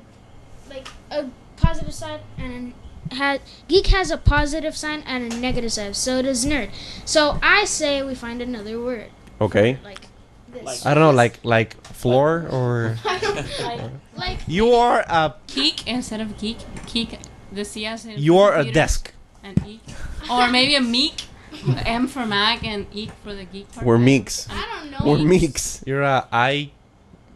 S8: like, a positive side and an, has, geek has a positive sign and a negative side. So does nerd. So I say we find another word
S2: Okay,
S8: like this.
S9: Like-
S4: I don't know, like like floor or
S8: like
S4: you are a
S7: geek instead of geek geek the c as in
S4: you are a
S7: computer,
S4: desk.
S7: and eek. or maybe a meek m for mac and eek for the geek part
S2: we're meeks.
S8: I don't know.
S2: We're meeks.
S4: You're a I.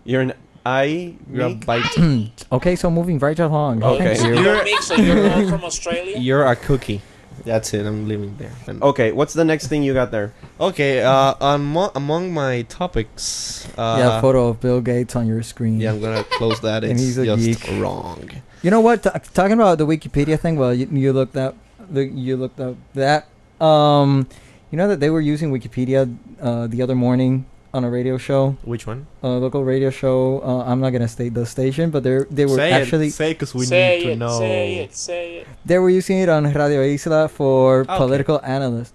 S2: You're an I.
S4: You're a
S2: meek?
S4: bite.
S3: Hmm. Okay, so moving right along.
S2: Okay.
S3: Thank you.
S9: You
S4: You're-
S9: don't make so you're all from Australia.
S4: You're a cookie. That's it. I'm leaving there. And-
S2: Okay, what's the next thing you got there?
S4: Okay. Uh, on mo- among my topics. Uh,
S3: yeah, photo of Bill Gates on your screen.
S4: Yeah, I'm gonna close that.
S3: And
S4: It's
S3: he's a
S4: just
S3: geek.
S4: wrong.
S3: You know what? Ta talking about the Wikipedia thing. Well, you, you looked up. The, you looked up that. Um, you know that they were using Wikipedia uh, the other morning on a radio show,
S4: Which one?
S3: on a local radio show. Uh, I'm not gonna state the station, but they they were
S4: say
S3: actually
S4: it. Say because we
S9: say
S4: need to
S9: it,
S4: know.
S9: say it, say it.
S3: they were using it on Radio Isla for
S4: Okay.
S3: political analysts.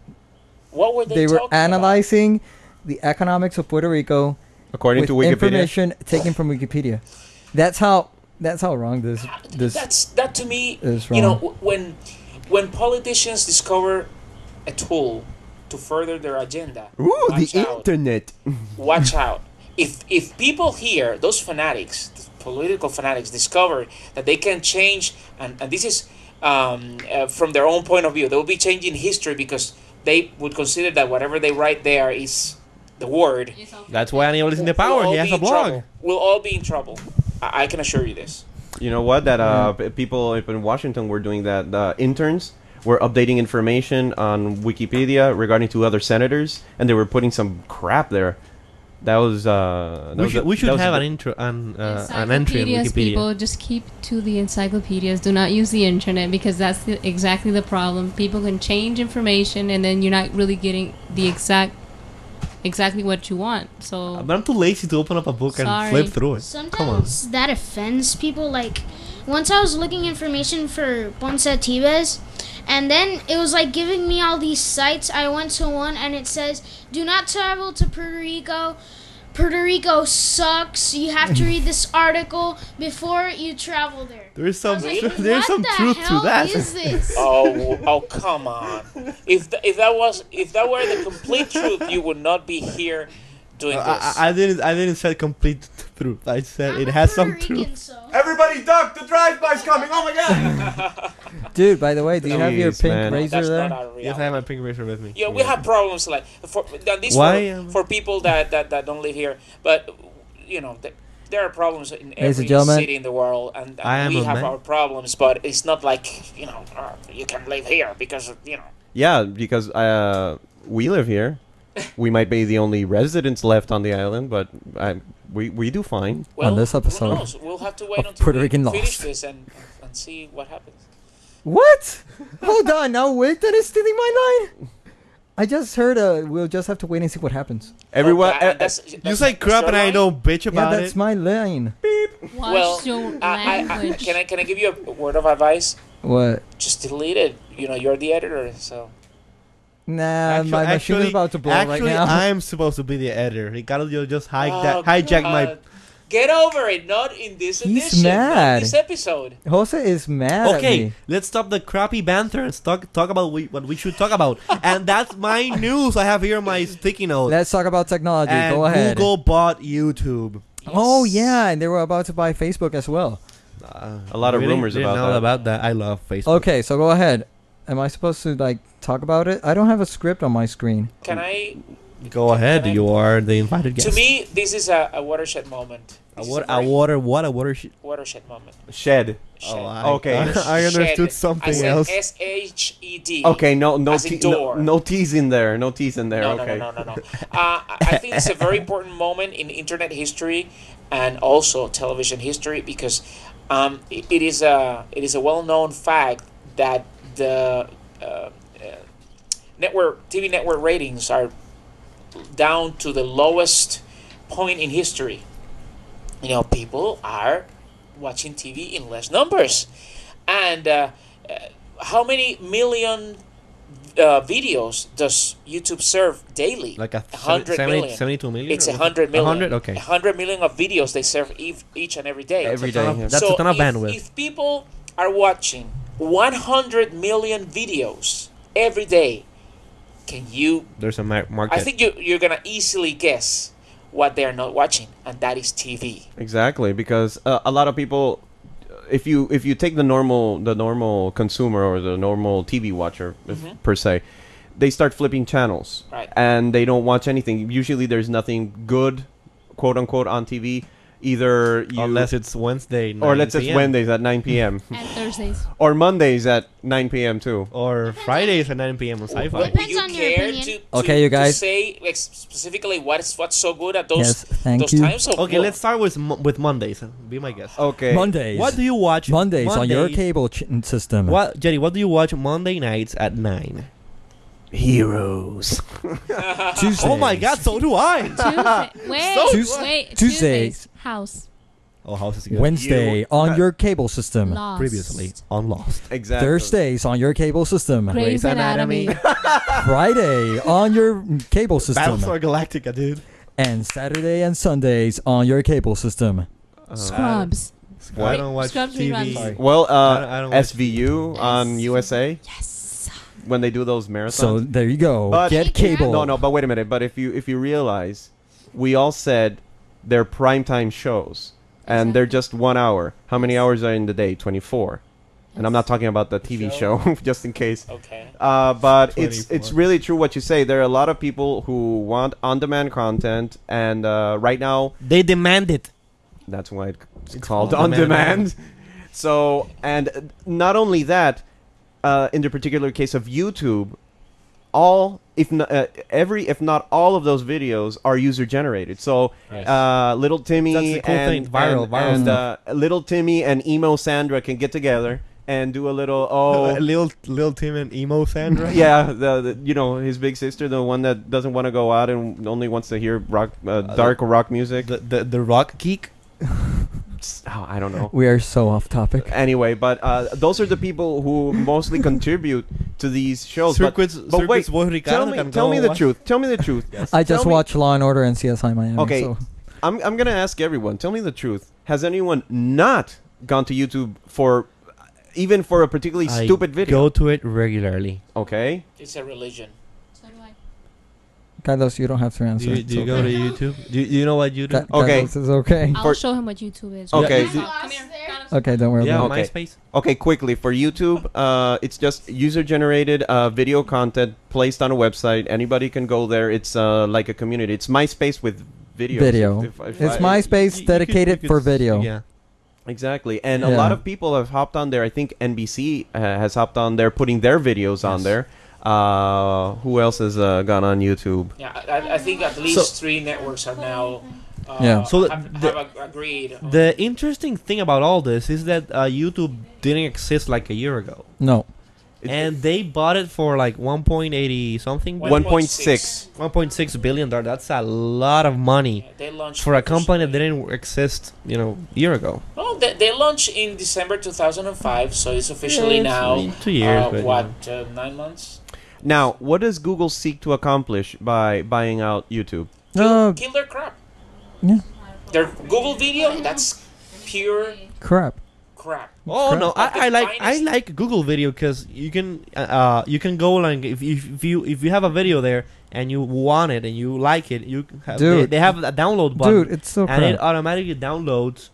S9: What were they?
S3: They were
S9: talking
S3: analyzing the economics of Puerto Rico
S2: According
S3: with
S2: to Wikipedia,
S3: information taken from Wikipedia. That's how that's how wrong this
S9: About?
S3: this
S9: That's that to me.
S3: is
S9: You know,
S3: wrong.
S9: w- when when politicians discover a tool to further their agenda, watch out.
S2: internet.
S9: watch out. If if people here, those fanatics, th- political fanatics, discover that they can change, and, and this is um, uh, from their own point of view, they will be changing history because they would consider that whatever they write there is the word.
S4: That's why Aníbal is in the
S9: We'll
S4: power.
S9: all
S4: He has
S9: be
S4: a
S9: in
S4: blog.
S9: trouble. We'll all be in trouble. I, I can assure you this.
S2: You know what? That uh, p- people up in Washington were doing that. Uh, interns were updating information on Wikipedia regarding to other senators, and they were putting some crap there. That was. Uh, that
S4: We
S2: was
S4: should,
S2: a-
S4: we should
S2: that was a
S4: have an
S2: bit-
S4: intro, an, uh, an entry on Wikipedia.
S7: people just keep to the encyclopedias. Do not use the internet because that's the, exactly the problem. People can change information, and then you're not really getting the exact, exactly what you want. So
S4: But I'm too lazy to open up a book and
S7: Sorry.
S4: flip through it. Come on.
S8: Sometimes that offends people. Like, once I was looking information for Ponce Tibes, and then it was like giving me all these sites. I went to one, and it says, "Do not travel to Puerto Rico." Puerto Rico sucks. You have to read this article before you travel there.
S4: There's
S8: I
S4: some
S8: was like,
S4: there's
S8: what
S4: some
S8: the
S4: truth to
S8: hell
S4: that.
S8: is this?
S9: Oh, oh, come on! If th- if that was if that were the complete truth, you would not be here doing this.
S4: Uh, I, I- I didn't I didn't say complete truth. I said
S8: I'm
S4: it
S8: a
S4: has
S8: Puerto
S4: some
S8: Rican,
S4: truth.
S8: so-
S6: Everybody duck! The drive-by's coming! Oh my god!
S3: dude. By the way, do you have your
S2: Jeez,
S3: pink
S2: man.
S3: razor
S9: That's
S3: there?
S9: not our reality.
S4: Yes, I have my pink razor with me.
S9: Yeah, we have problems like for now, this
S4: Why,
S9: for,
S4: um,
S9: for people that, that, that don't live here, but you know th- there are problems in
S3: Ladies
S9: every
S3: and gentlemen,
S9: city in the world, and, and
S4: I am
S9: we
S4: a
S9: have
S4: man.
S9: our problems. But it's not like you know uh, you can live here because of, you know
S2: Yeah, because uh, we live here. We might be the only residents left on the island, but I, we we do fine.
S9: well
S3: this
S9: who
S3: episode
S9: knows? we'll have to wait
S3: of
S9: until
S3: Puerto
S9: we
S3: Rican
S9: finish
S3: Lost.
S9: this and, and see what happens.
S3: What? Hold on, now Wilton is stealing my line. I just heard. Uh, we'll just have to wait and see what happens.
S2: Everyone,
S9: Okay, and
S2: e-
S9: that's-
S4: uh, You
S9: that's-
S4: say
S9: that's
S4: crap
S9: your
S4: and I
S9: line?
S4: don't bitch
S3: Yeah,
S4: about
S3: that's
S4: it.
S3: my line.
S7: watch
S9: Well,
S7: your
S9: I, I, I,
S7: language.
S9: can I can I give you a word of advice?
S3: What?
S9: Just delete it. You know you're the editor, so
S3: Nah, my machine is about to blow
S4: actually,
S3: right now.
S4: I'm supposed to be the editor. Ricardo you just hijack that,
S9: Oh,
S4: hijack my.
S9: God. Get over it. Not in this
S3: He's
S9: edition. not in
S3: mad.
S9: this episode.
S3: Jose is mad at
S4: Okay,
S3: me.
S4: let's stop the crappy banter and talk talk about we, what we should talk about. and that's my news. I have here my sticky note.
S3: Let's talk about technology.
S4: and
S3: Go ahead.
S4: Google bought YouTube.
S3: Oh yeah, and they were about to buy Facebook as well.
S4: Uh,
S2: A lot of
S4: really
S2: rumors
S4: didn't
S2: about
S4: know
S2: that.
S4: about that. I love Facebook.
S3: Okay, so go ahead. Am I supposed to like talk about it? I don't have a script on my screen.
S9: Can I?
S4: Go ahead.
S9: Can I-
S4: You are the invited guest.
S9: To me, this is a, a watershed moment.
S4: a
S9: This
S4: water,
S9: is a
S4: a
S9: very
S4: water, what a water. Sh-
S9: watershed moment.
S2: shed.
S9: Shed.
S4: I,
S2: Okay.
S4: I, understood
S9: Shed. I
S4: something
S9: said
S4: else.
S9: S H E D.
S2: Okay, no, no,
S9: As in
S2: te- no,
S9: door.
S2: no teas in there. No teas in there.
S9: No,
S2: okay.
S9: no, no, no, no, no. Uh, I I think it's a very important moment in internet history and also television history because um, it, it is a it is a well known fact that the uh, uh, network TV network ratings are down to the lowest point in history. You know, people are watching TV in less numbers, and uh, uh, how many million uh, videos does YouTube serve daily?
S4: Like a
S9: 100
S4: 70
S9: million.
S4: 72 million?
S9: It's a hundred million.
S4: 100? Okay.
S9: A hundred million of videos they serve ev- each and every day.
S2: Every
S4: That's a
S2: day.
S4: ton
S2: yeah.
S4: of- that's
S9: so
S4: a ton of
S9: if,
S4: bandwidth.
S9: If people are watching 100 million videos every day, can you?
S4: There's a mar- market.
S9: I think you you're gonna easily guess what they are not watching, and that is TV.
S2: Exactly, because uh, a lot of people, if you if you take the normal the normal consumer or the normal TV watcher if, per se, they start flipping channels,
S9: Right.
S2: and they don't watch anything. Usually, there's nothing good, quote unquote, on TV. Either you
S4: unless it's Wednesday,
S2: or
S4: 9
S2: let's it's
S4: PM.
S2: Wednesdays at 9 p.m.
S7: At Thursdays.
S2: or Mondays at 9 p.m. too.
S4: or Fridays at 9 p.m. on
S9: Well,
S4: Sci-Fi.
S9: would
S8: Depends
S9: you
S8: on your
S9: care
S8: opinion.
S9: to- to-
S3: Okay, you
S9: to
S3: guys.
S9: say like, specifically what's what's so good at those
S3: Yes, thank
S9: those
S3: you.
S9: times? So,
S4: Okay,
S9: well,
S4: let's start with Mo- with Mondays. Be my guest.
S2: Okay.
S3: Mondays.
S4: What do you watch?
S3: Mondays on your
S4: Mondays-
S3: cable ch- system?
S4: What, Jerry? What do you watch Monday nights at nine?
S1: heroes.
S3: Tuesdays.
S4: Oh my God! So do I.
S7: Tuesday. Wait,
S3: Tues-
S7: wait.
S3: Tuesdays.
S7: Tuesdays. House.
S4: oh, how's this going?
S3: Wednesday
S2: You-
S3: on your cable system.
S7: Lost.
S4: Previously on Lost.
S2: Exactly.
S3: Thursdays on your cable system.
S7: Grey's
S4: Grey's Anatomy.
S7: Anatomy.
S3: Friday on your cable
S4: Battlestar
S3: system.
S4: Galactica, dude.
S3: And Saturday and Sundays on your cable system.
S7: Scrubs.
S4: I
S2: What?
S4: don't watch
S7: Scrubs
S4: TV.
S7: reruns. Sorry.
S2: Well,
S4: I don't- I
S2: uh,
S4: don't watch
S2: SVU on USA
S7: Yes.
S2: when they do those marathons.
S3: So there you go.
S2: But-
S3: Get cable.
S2: no, no, but wait a minute. But if you if you realize, we all said they're primetime shows, and they're just one hour. How many hours are in the day? Twenty four. And I'm not talking about the TV show, just in case.
S9: Okay.
S2: Uh, but it's it's
S4: 24.
S2: really true what you say. There are a lot of people who want on-demand content, and uh, right now
S10: They demand it.
S2: that's why it's,
S4: It's
S2: called on
S4: on demand.
S2: demand. so, and uh, not only that, uh, in the particular case of YouTube, all if not, uh, every if not all of those videos are user generated. So,
S4: Yes.
S2: uh, little Timmy
S4: That's the cool
S2: and
S4: thing, viral-
S2: and,
S4: viral
S2: and, uh, little Timmy and emo Sandra can get together and do a little oh.
S4: Lil Lil Tim and emo Sandra.
S2: Yeah, the, the you know his big sister, the one that doesn't want to go out and only wants to hear rock, uh,
S4: the-
S2: dark rock music.
S4: The, the the rock geek.
S2: oh, I don't know.
S3: We are so off topic.
S2: anyway, but uh, those are the people who mostly contribute to these shows. but-
S4: Circuits,
S2: but
S4: circuits
S2: wait,
S4: Boy Ricardo
S2: tell me,
S4: can
S2: tell
S4: go
S2: me the
S4: watch-
S2: truth. Tell me the truth.
S3: I just
S2: Tell me-
S3: watched Law and Order and CSI Miami.
S2: Okay.
S3: so-
S2: I'm, I'm gonna ask everyone. Tell me the truth. Has anyone not gone to YouTube for uh, even for a particularly
S4: I
S2: stupid video?
S4: Go to it regularly.
S2: Okay.
S9: It's a religion.
S7: So do I.
S3: Carlos, you don't have to
S4: Do
S3: answer.
S4: you, do you
S3: It's
S4: go
S3: okay.
S4: to YouTube? Do you, do you know what YouTube?
S3: Ca-
S2: Okay.
S3: Carlos is okay.
S7: I'll
S2: For-
S7: show him what YouTube is.
S2: Okay.
S7: Come here.
S3: Okay, don't worry
S4: yeah,
S3: about
S2: Okay.
S4: MySpace.
S2: Okay, quickly for YouTube, uh, it's just user-generated uh, video content placed on a website. Anybody can go there. It's uh, like a community. It's MySpace with videos.
S3: Video.
S2: If- if- if
S3: it. It's
S2: I-
S3: MySpace
S4: You- you
S3: dedicated
S4: could- you
S3: for
S4: could s-
S3: video.
S4: Yeah.
S2: Exactly, and a
S3: Yeah.
S2: lot of people have hopped on there. I think NBC uh, has hopped on there, putting their videos on
S4: Yes.
S2: there. Uh, who else has uh, gone on YouTube?
S9: Yeah, I- I, I think at least three networks are now. Uh,
S3: Yeah.
S4: So
S9: have,
S4: the-
S9: have ag- agreed. on-
S4: The interesting thing about all this is that uh, YouTube didn't exist like a year ago,
S3: No.
S2: It-
S4: and they bought it for like 1.80 something,
S9: One-
S4: billion-
S2: 1.6.
S4: 1.6 billion dollars. That's a lot of money
S9: Yeah, they launched
S4: for a company that
S9: officially.
S4: didn't exist, you know, a year ago.
S9: No, they, they launched in December 2005, so it's officially
S4: Yeah, it's
S9: now.
S4: been two years,
S9: uh,
S4: but, you know.
S9: what uh, nine months?
S2: Now, what does Google seek to accomplish by buying out YouTube?
S3: No.
S9: Kill their crap.
S3: Uh, Yeah.
S9: Their Google Video. That's pure
S3: crap.
S9: crap.
S4: Oh no, I, I like I
S9: Finest.
S4: like Google Video because you can uh, uh, you can go like if, if you if you have a video there and you want it and you like it, you have, they,
S3: Dude.
S4: they have a download button.
S3: Dude, it's so
S4: and it
S3: crap.
S4: automatically downloads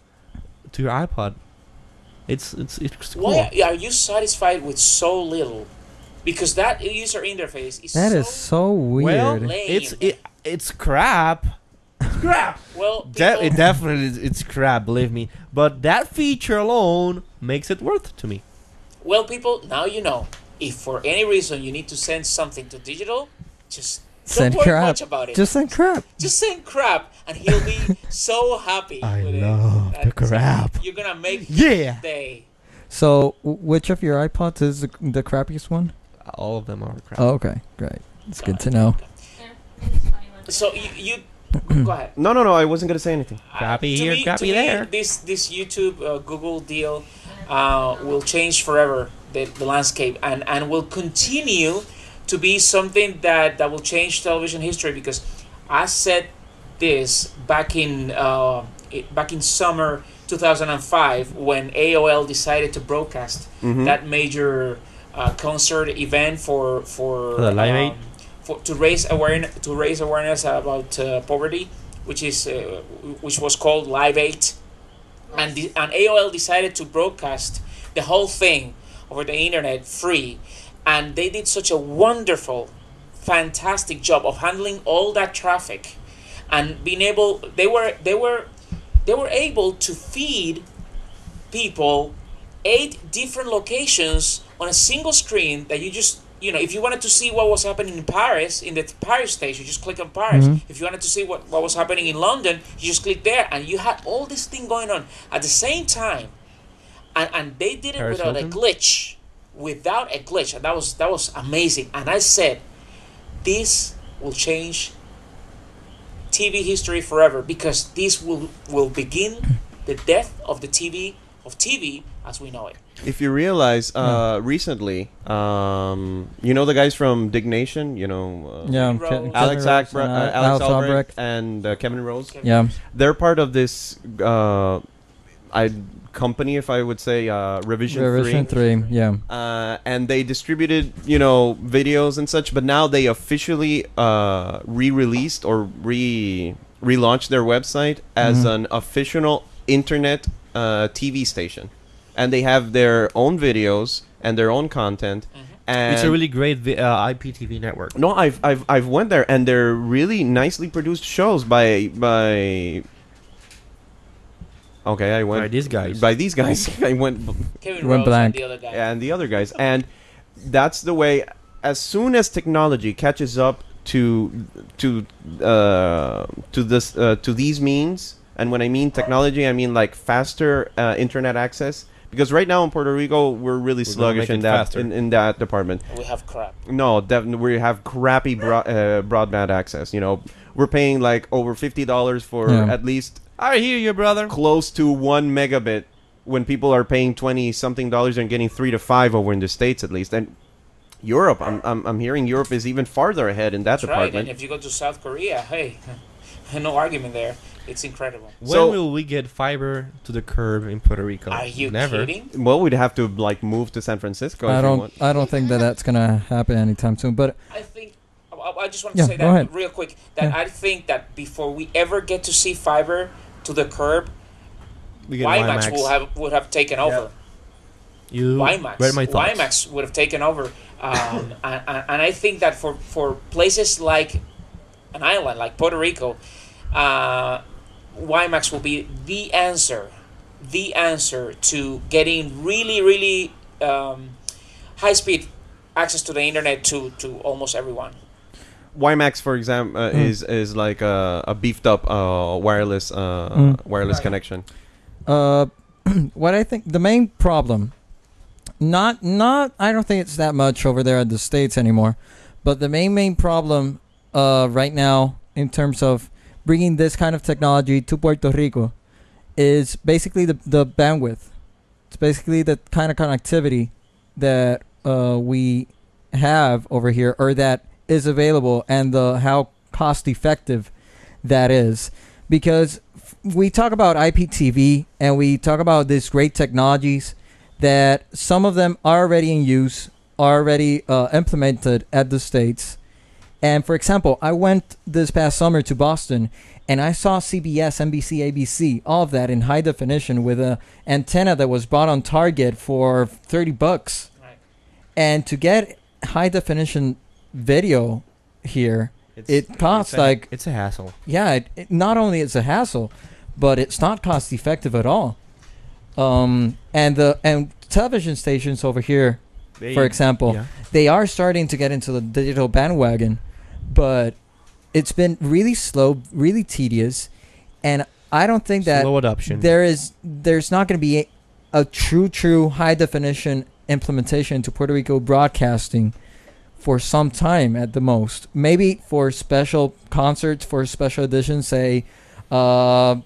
S4: to your iPod. It's it's it's cool.
S9: Why are you satisfied with so little? Because that user interface is
S3: That
S9: so
S3: is so
S4: Well,
S3: weird.
S9: lame.
S4: It's it, it's crap. It's crap.
S9: well.
S4: De- it
S9: people-
S4: definitely is, it's crap. Believe me. But that feature alone makes it worth to me.
S9: Well, people, now you know. If for any reason you need to send something to digital, just
S3: Send
S9: don't worry
S3: crap.
S9: much about it.
S3: Just send crap.
S9: Just send crap, and he'll be so happy.
S4: I
S9: with
S4: love
S9: it.
S4: the crap.
S9: You're gonna make his
S4: Yeah.
S9: day.
S3: So, w- which of your iPods is the, the crappiest one?
S4: All of them are crap.
S3: Oh, okay, great. It's good to know.
S9: So you, you go ahead.
S2: No, no, no. I wasn't gonna say anything.
S9: Uh,
S4: Copy
S9: to
S4: here,
S9: me- to
S4: copy
S9: me,
S4: there.
S9: This this YouTube uh, Google deal uh, will change forever the, the landscape and and will continue to be something that that will change television history because I said this back in uh, it- back in summer 2005 when AOL decided to broadcast
S4: Mm-hmm.
S2: Mm-hmm.
S9: that major uh, concert event for for um,
S4: For the Live Aid?
S9: for, to raise awareness to raise awareness about uh, poverty, which is uh, which was called Live Eight, and the, and AOL decided to broadcast the whole thing over the internet free, and they did such a wonderful, fantastic job of handling all that traffic, and being able they were they were they were able to feed people eight different locations on a single screen that you just you know if you wanted to see what was happening in paris in the paris stage you just click on paris
S4: Mm-hmm.
S9: if you wanted to see what, what was happening in london you just click there and you had all this thing going on at the same time and, and they did it
S4: Paris
S9: without
S4: Hilton?
S9: a glitch without a glitch and that was that was amazing and i said this will change TV history forever because this will will begin the death of the TV of TV as we know it.
S2: If you realize, uh, recently, um, you know the guys from Dignation, you know, uh,
S3: Yeah,
S9: Rowe.
S3: Ke-
S2: Alex,
S3: Kevin Rose
S2: Akbra-
S3: and,
S2: uh,
S3: uh,
S2: Alex
S3: Alex
S2: Albrecht,
S3: Albrecht.
S2: and uh, Kevin Rose.
S3: Yeah,
S2: They're part of this uh, I company, if I would say, uh, Revision,
S3: revision
S2: 3.
S3: three. Yeah,
S2: Uh, and they distributed, you know, videos and such, but now they officially uh, re-released or re relaunched their website as an official internet uh, TV station, and they have their own videos and their own content. And
S4: It's a really great vi- uh, IPTV network.
S2: no, I've I've I've went there, and they're really nicely produced shows by by. Okay, I went
S4: By these guys.
S2: By these guys, I went
S9: Kevin
S3: Went
S9: Rose
S3: blank.
S9: and the other guy.
S2: and the other guys. And that's the way. As soon as technology catches up to to uh, to this uh, to these means, and when I mean technology, I mean like faster uh, internet access. Because right now in Puerto Rico, we're really sluggish
S4: make
S2: in
S4: it
S2: that
S4: faster.
S2: in, in that department.
S9: We have crap.
S2: No, definitely we have crappy bro- uh, broadband access. You know, we're paying like over fifty dollars for
S3: Yeah.
S2: at least
S4: I hear you, brother.
S2: close to one megabit when people are paying 20 something dollars and getting three to five over in the states at least and europe i'm, I'm, I'm hearing europe is even farther ahead in that
S9: That's right.
S2: department
S9: And if you go to South Korea, hey, no argument there. It's incredible.
S4: When
S2: So-
S4: will we get fiber to the curb in Puerto Rico?
S9: Are you
S4: Never.
S9: kidding?
S2: well we'd have to like move to san francisco
S3: I
S2: if you
S3: don't.
S2: want
S3: I don't think that that's gonna happen anytime soon. But
S9: I think I- I I just want
S3: Yeah,
S9: to say
S3: go
S9: that
S3: ahead.
S9: real quick. That
S3: Yeah.
S9: I think that before we ever get to see fiber to the curb,
S4: We
S9: WiMAX will have would have taken over.
S4: you
S9: WiMAX,
S4: read my thoughts.
S9: WiMAX would have taken over, um, and, and and I think that for for places like an island like Puerto Rico, uh, WiMAX will be the answer, the answer to getting really really um, high speed access to the internet to to almost everyone.
S2: wimax for example
S3: Hmm.
S2: uh, is is like a, a beefed up uh, wireless uh,
S3: Hmm.
S2: wireless connection
S3: uh, what I think the main problem, not not I don't think it's that much over there at the states anymore, but the main main problem uh, right now in terms of bringing this kind of technology to Puerto Rico is basically the the bandwidth. It's basically the kind of connectivity that uh, we have over here, or that is available, and the how cost effective that is, because f- we talk about IPTV and we talk about these great technologies that some of them are already in use, are already uh, implemented at the states. And for example, I went this past summer to Boston and I saw CBS, NBC, ABC, all of that in high definition with a antenna that was bought on Target for 30 bucks.
S9: Right.
S3: And to get high definition video here, it costs
S4: it's a-
S3: like
S4: it's a hassle.
S3: yeah, it, it, not only it's a hassle, but it's not cost effective at all. Um, and the and television stations over here,
S4: They-
S3: for example,
S4: yeah.
S3: they are starting to get into the digital bandwagon, but it's been really slow, really tedious, and I don't think that
S4: Slow adoption.
S3: there is there's not going to be a, a true true high definition implementation to Puerto Rico broadcasting for some time at the most. Maybe for special concerts, for special editions, say uh,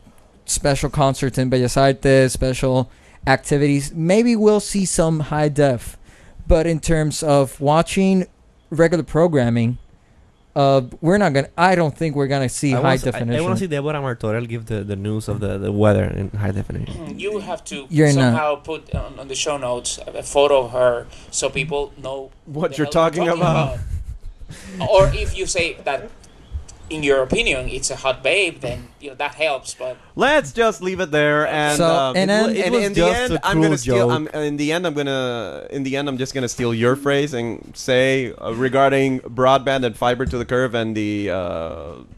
S3: special concerts in Bellas Artes, special activities. Maybe we'll see some high def, but in terms of watching regular programming. Uh, we're not gonna. I don't think we're gonna see
S4: I
S3: high
S4: wanna s- I- I,
S3: definition.
S4: want to see Deborah Martorell give the, the news of the, the weather in high definition.
S9: You have to
S3: You're in a-
S9: somehow put on, on the show notes a a photo of her so people know
S2: What
S9: the
S2: you're
S9: hell
S2: talking about.
S9: about. or if you say that, in your opinion, it's a hot babe, then you know that helps. But
S2: Let's just leave it there, and
S3: So,
S2: um,
S3: and then-
S2: and
S3: It
S4: was
S2: in the
S4: just
S2: end,
S4: a
S2: I'm gonna
S4: cruel
S2: steal. I'm,
S4: joke.
S2: in the end, I'm gonna. In the end, I'm just gonna steal your phrase and say uh, regarding broadband and fiber to the curve and the uh,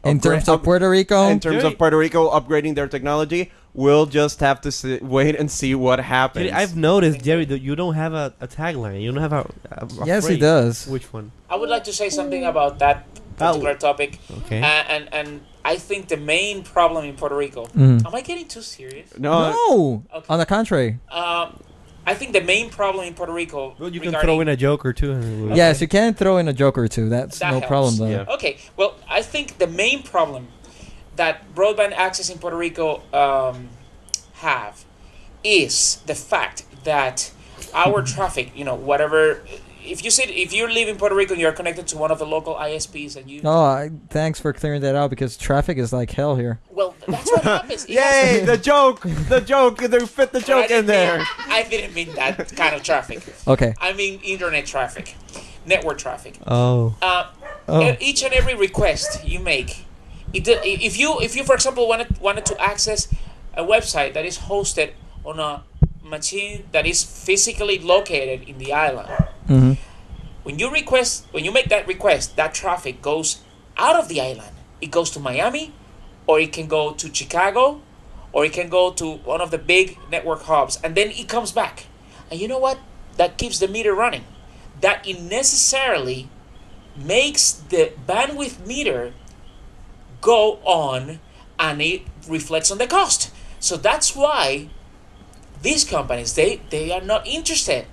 S3: in
S2: upgra-
S3: terms of
S2: up-
S3: Puerto Rico.
S2: in terms of
S4: Dude.
S2: Puerto Rico upgrading their technology. We'll just have to si- wait and see what happens.
S4: Jerry, I've noticed, Jerry, that you don't have a, a tagline. You don't have a. a, a
S3: yes, he
S4: phrase.
S3: does.
S4: Which one?
S9: I would like to say something about that particular topic,
S4: Okay.
S9: uh, and and I think the main problem in Puerto Rico.
S4: Uh,
S3: Mm.
S9: Am I getting too serious?
S2: no,
S3: no,
S9: Okay.
S3: on the contrary.
S9: Um, I think the main problem in Puerto Rico.
S10: Well, you can
S9: regarding-
S10: throw in a joke or two. and we'll-
S3: Yes, you can throw in a joke or two. That's
S9: That
S3: no
S9: helps.
S3: problem though.
S10: Yeah.
S9: Okay, well, I think the main problem that broadband access in Puerto Rico um, have is the fact that our traffic, you know, whatever. If you sit, if you live in Puerto Rico and you're connected to one of the local ISPs and you,
S3: No, I, thanks for clearing that out because traffic is like hell here.
S9: well, that's what happens. It has-
S10: Yay! The joke, the joke. They fit the
S9: But I
S10: joke in
S9: didn't
S10: there.
S9: mean- I didn't mean that kind of traffic.
S3: Okay.
S9: I mean internet traffic, network traffic.
S10: Oh,
S9: uh, e- each and every request you make it, do- i- if you if you for example wanted wanted to access a website that is hosted on a machine that is physically located in the island
S3: Mhm.
S9: when you request when you make that request that traffic goes out of the island it goes to miami or it can go to chicago or it can go to one of the big network hubs and then it comes back and you know what that keeps the meter running that it necessarily makes the bandwidth meter go on and it reflects on the cost. So that's why these companies they, they are not interested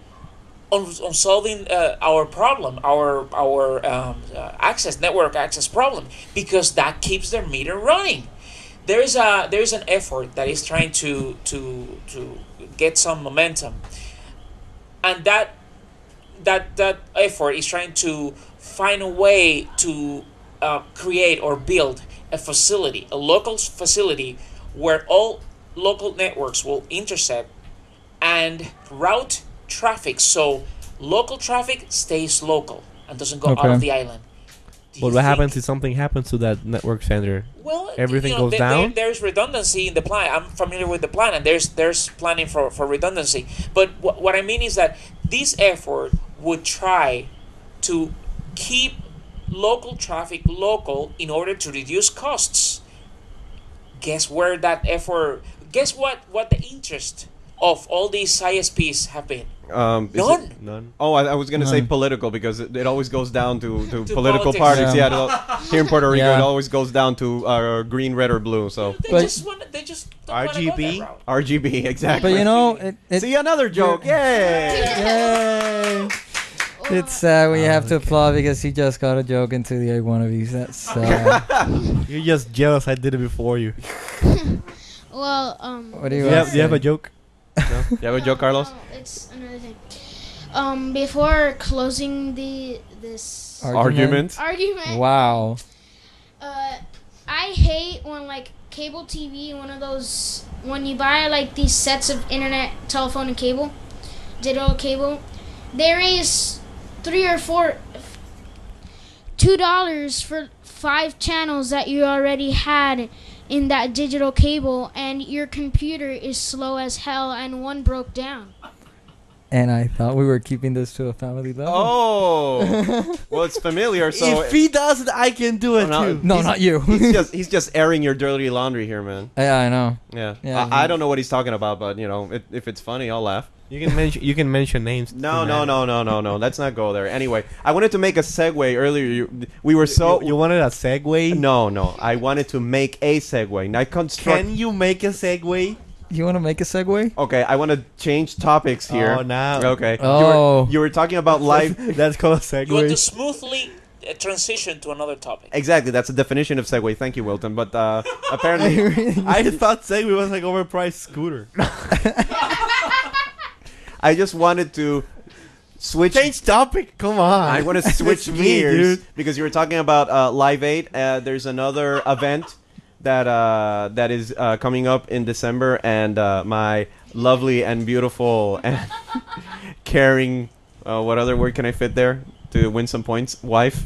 S9: on, on solving uh, our problem, our our um, uh, access network access problem because that keeps their meter running. There is a there is an effort that is trying to to to get some momentum, and that that that effort is trying to find a way to uh, create or build a facility, a local s- facility where all local networks will intersect and route traffic so local traffic stays local and doesn't go out
S3: Okay.
S9: of the island. Do you
S10: but what happens
S9: think-
S10: if something happens to that network center?
S9: well,
S10: everything
S9: you know,
S10: goes
S9: there- there-
S10: down?
S9: there's redundancy in the plan. I'm familiar with the plan, and there's there's planning for, for redundancy. But wh- what I mean is that this effort would try to keep local traffic local in order to reduce costs. Guess where that effort? Guess what? What the interest of all these ISPs have been?
S2: Um, is it-
S9: None.
S10: None.
S2: Oh, I, I was gonna say
S3: None.
S2: political because it, it always goes down to, to,
S9: To
S2: political
S9: politics.
S2: parties.
S3: Yeah.
S2: Yeah, it'll- here in Puerto Rico,
S3: Yeah.
S2: it always goes down to uh, green, red, or blue. So
S9: They
S3: But-
S9: just want. They just don't wanna go
S4: RGB?
S9: that route.
S2: RGB,
S3: But
S2: exactly.
S3: you know, it, it,
S2: See another joke. Yay!
S3: Yay! It's sad we have to applaud because he just got a joke into the egg wannabes. That's sad.
S10: You're just jealous. I did it before you.
S8: Well, um.
S3: What do you
S10: Do you
S3: wanna
S10: have, do you have a
S3: say?
S10: joke?
S2: you have a joke, Carlos?
S8: No, Oh, it's another thing. Um, before closing the this
S2: Argument.
S8: argument,
S3: Wow.
S8: uh, I hate when like cable TV, one of those when you buy like these sets of internet, telephone, and cable, digital cable, there is three or four, two dollars for five channels that you already had in that digital cable, and your computer is slow as hell, and one broke down.
S3: And I thought we were keeping this to a family level.
S2: Oh, well, it's familiar. So Oh,
S4: if he does it, I can do it
S2: No,
S4: too.
S3: No, not you.
S2: he's just he's just airing your dirty laundry here, man.
S3: yeah, I know.
S2: Yeah,
S3: Yeah,
S2: I, I
S3: he-
S2: don't know what he's talking about, but you know, it, if it's funny, I'll laugh.
S10: You can mention. You can mention names.
S2: No, no, no, no, no, no. Let's not go there. Anyway, I wanted to make a segue earlier. You, we were so
S10: So you, wanted a segue?
S2: no, no. I wanted to make a segue. Now construct.
S4: Can you make a segue?
S3: You want to make a segue?
S2: okay, I want to change topics here.
S10: Oh, now.
S2: Okay. You
S3: Oh.
S2: were, you were talking about live.
S10: That's called a
S9: You want to
S10: segue.
S9: smoothly uh, transition to another topic.
S2: Exactly, that's the definition of segue. Thank you, Wilton. But uh, apparently,
S4: I thought segue was like overpriced scooter.
S2: I just wanted to switch.
S4: Change topic. Come on.
S2: I want to switch
S4: It's me,
S2: gears
S4: dude.
S2: because you were talking about uh, Live Aid. Uh, there's another event that uh, that is uh, coming up in December, and uh, my lovely and beautiful and caring, uh, what other word can I fit there to win some points? Wife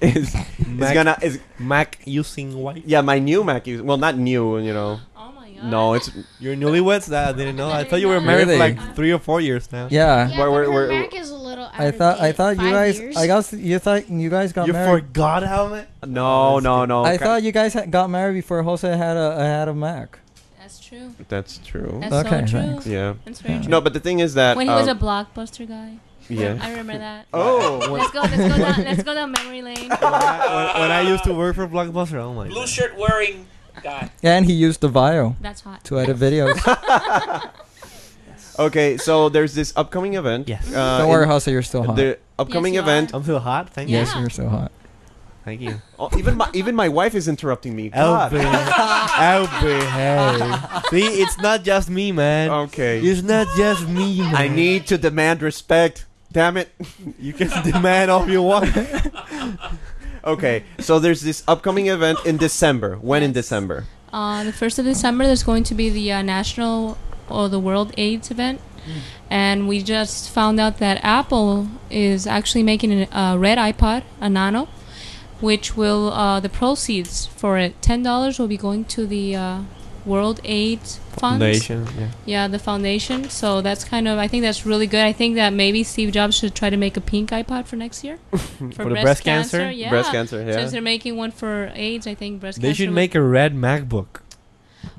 S2: is is
S10: Mac-
S2: gonna is
S10: Mac using white.
S2: yeah. My new Mac is well not new, you know.
S7: Oh my god.
S2: No, it's
S10: You're newlyweds. That I didn't know. I thought you were married for
S3: Really?
S10: like three or four years now.
S3: Yeah.
S8: Yeah,
S2: Where-
S8: but
S2: where-
S8: her
S2: where-
S8: Mac is a little. Out
S3: I
S8: of
S3: thought I
S8: date.
S3: thought you
S8: Five
S3: guys
S8: years.
S3: I guess you thought you guys got
S4: You
S3: married.
S4: forgot how much?
S2: no, no, no.
S3: I thought you guys had got married before Jose had a uh, had a Mac.
S7: That's true.
S2: that's true.
S7: That's
S3: Okay,
S7: so true.
S3: thanks.
S2: yeah.
S7: That's very true.
S2: No, but the thing is that
S7: when he was a
S2: um,
S7: blockbuster guy.
S2: yeah.
S7: I remember that.
S2: Oh,
S7: Let's go. Let's go down. Let's go down memory lane.
S10: When I, when, when I used to work for Blockbuster, oh my.
S9: Blue
S10: God.
S9: shirt wearing guy.
S3: And he used the Vio
S7: That's hot.
S3: to edit videos.
S2: Okay, so there's this upcoming event.
S10: Yes.
S2: Uh,
S3: Don't worry, Jose, you're still
S2: in
S3: hot.
S2: The upcoming
S7: you are.
S2: event.
S10: I'm so hot. Thank you.
S3: Yes,
S7: Yeah.
S3: you're so hot.
S10: Thank you.
S2: Oh, even my even my wife is interrupting me.
S10: I'll
S2: God.
S10: be, I'll be, hey. See, it's not just me, man.
S2: Oh, Okay.
S10: It's not just me, man.
S2: I need to demand respect. Damn it.
S10: You can demand all you want.
S2: Okay, so there's this upcoming event in December. When in
S7: Yes.
S2: December?
S7: Uh, the first of December, there's going to be the uh, national or the World AIDS event,
S10: Hmm.
S7: and we just found out that Apple is actually making an- a red iPod, a Nano, which will uh, the proceeds for it, ten dollars, will be going to the uh, World AIDS funds.
S10: Yeah.
S7: Yeah, the foundation. So that's kind of I think that's really good. I think that maybe Steve Jobs should try to make a pink iPod for next year for,
S10: the breast cancer?
S7: Yeah.
S2: Breast cancer, yeah.
S7: Since they're making one for AIDS, I think breast
S10: They
S7: cancer.
S10: should
S7: would-
S10: make a red MacBook.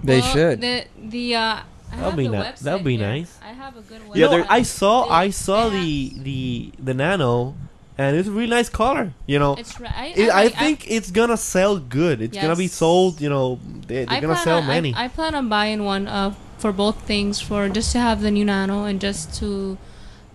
S3: They
S7: Well,
S3: should.
S7: The the uh, I
S10: That'll
S7: have
S10: be
S7: the
S10: ni-
S7: website
S10: that'll be
S7: here.
S10: nice.
S7: I have a good website.
S2: Yeah,
S10: Yeah,
S2: there-
S10: I saw I saw
S7: Yeah.
S10: the the the Nano, and it's a really nice color. You know,
S7: It's right. I,
S10: it, I
S7: like-
S10: think it's gonna sell good. It's gonna be
S7: Yes.
S10: sold. You know, they,
S7: I
S10: they're gonna
S7: plan
S10: sell
S7: on, I-
S10: many.
S7: I, plan on buying one uh, for both things, for just to have the new Nano and just to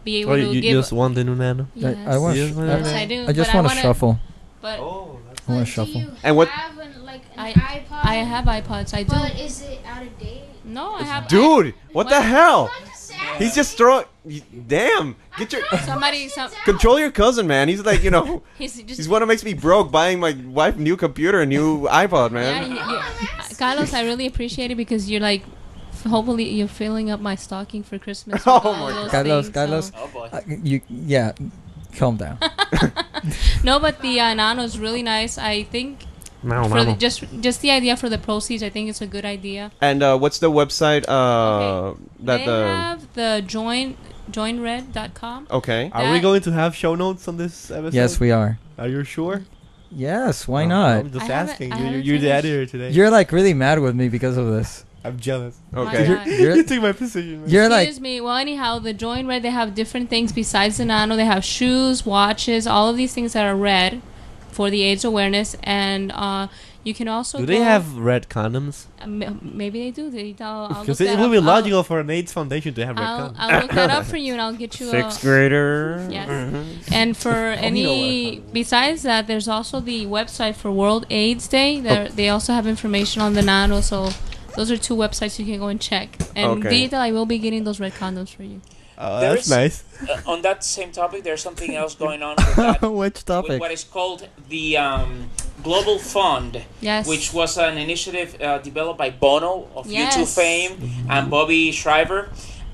S7: be able
S10: oh,
S7: to
S10: you, you
S7: give.
S10: just want the new Nano?
S7: yes.
S3: I, I want.
S10: Yes, I
S7: Yes,
S10: know.
S7: I do.
S3: I just
S7: but
S3: want to
S7: wanna-
S3: shuffle.
S7: But
S10: Oh,
S3: I want
S8: But
S3: to shuffle.
S8: Do you
S2: And what-
S8: have an, like an
S7: I-
S8: iPod?
S7: I have iPods. I do.
S8: But is it out of date?
S7: no, I have.
S2: Dude, what the
S7: What?
S2: hell?
S8: I'm just asking.
S2: He's just throwing. Damn! Get your
S7: Somebody, some,
S2: control your cousin, man. He's like you know.
S7: he's just.
S2: He's what makes me broke buying my wife a new computer, a new iPod,
S7: yeah,
S2: man.
S7: you- you- Carlos, I really appreciate it because you're like, f- hopefully you're filling up my stocking for Christmas. with
S2: Oh
S7: all
S2: my
S7: those
S3: Carlos,
S7: things,
S3: Carlos.
S7: so-
S9: Oh boy.
S3: Uh, you yeah, calm down.
S7: No, but the uh, Nano is really nice. I think
S10: Nano,
S7: for the,
S10: Nano.
S7: just just the idea for the proceeds, I think it's a good idea.
S2: And uh, what's the website uh,
S7: Okay.
S2: that
S7: they
S2: the
S7: have the join joinred.com.
S2: okay?
S10: Are we
S7: that-
S10: going to have show notes on this episode?
S3: yes, we are.
S10: Are you sure?
S3: Yes, why
S10: Oh,
S3: not?
S10: I'm just
S7: I haven't-
S10: asking.
S7: I
S10: You- You're,
S7: haven't
S10: you're the
S7: finished.
S10: editor today.
S3: You're like really mad with me because of this.
S10: I'm jealous.
S2: Okay.
S7: Why not?
S3: You're
S10: You took my position. man.
S3: you're like
S7: Excuse me. Well, anyhow, the join red they have different things besides the nano. They have shoes, watches, all of these things that are red for the AIDS awareness, and uh, you can also
S10: Do they
S7: go-
S10: have red condoms?
S7: Uh, m- Maybe they do. They, I'll, I'll
S10: Because
S7: look
S10: it
S7: that
S10: would
S7: up.
S10: be
S7: I'll-
S10: logical for an AIDS foundation to have red
S7: I'll,
S10: condoms.
S7: I'll look that up for you, and I'll get you a
S10: grader.
S7: Yes.
S2: Mm-hmm.
S7: And for any besides that, there's also the website for World AIDS Day. There,
S2: Oh.
S7: they also have information on the nano. So those are two websites you can go and check. And
S2: Okay.
S7: digital, I will be getting those red condoms for you.
S10: Oh,
S9: There
S10: that's
S9: is-
S10: nice.
S9: Uh, on that same topic, there's something else going on with that.
S3: which
S9: with
S3: topic?
S9: what is called the um, Global Fund,
S7: Yes.
S9: which was an initiative uh, developed by Bono of
S7: Yes.
S9: YouTube fame
S10: Mm-hmm.
S9: and Bobby Shriver.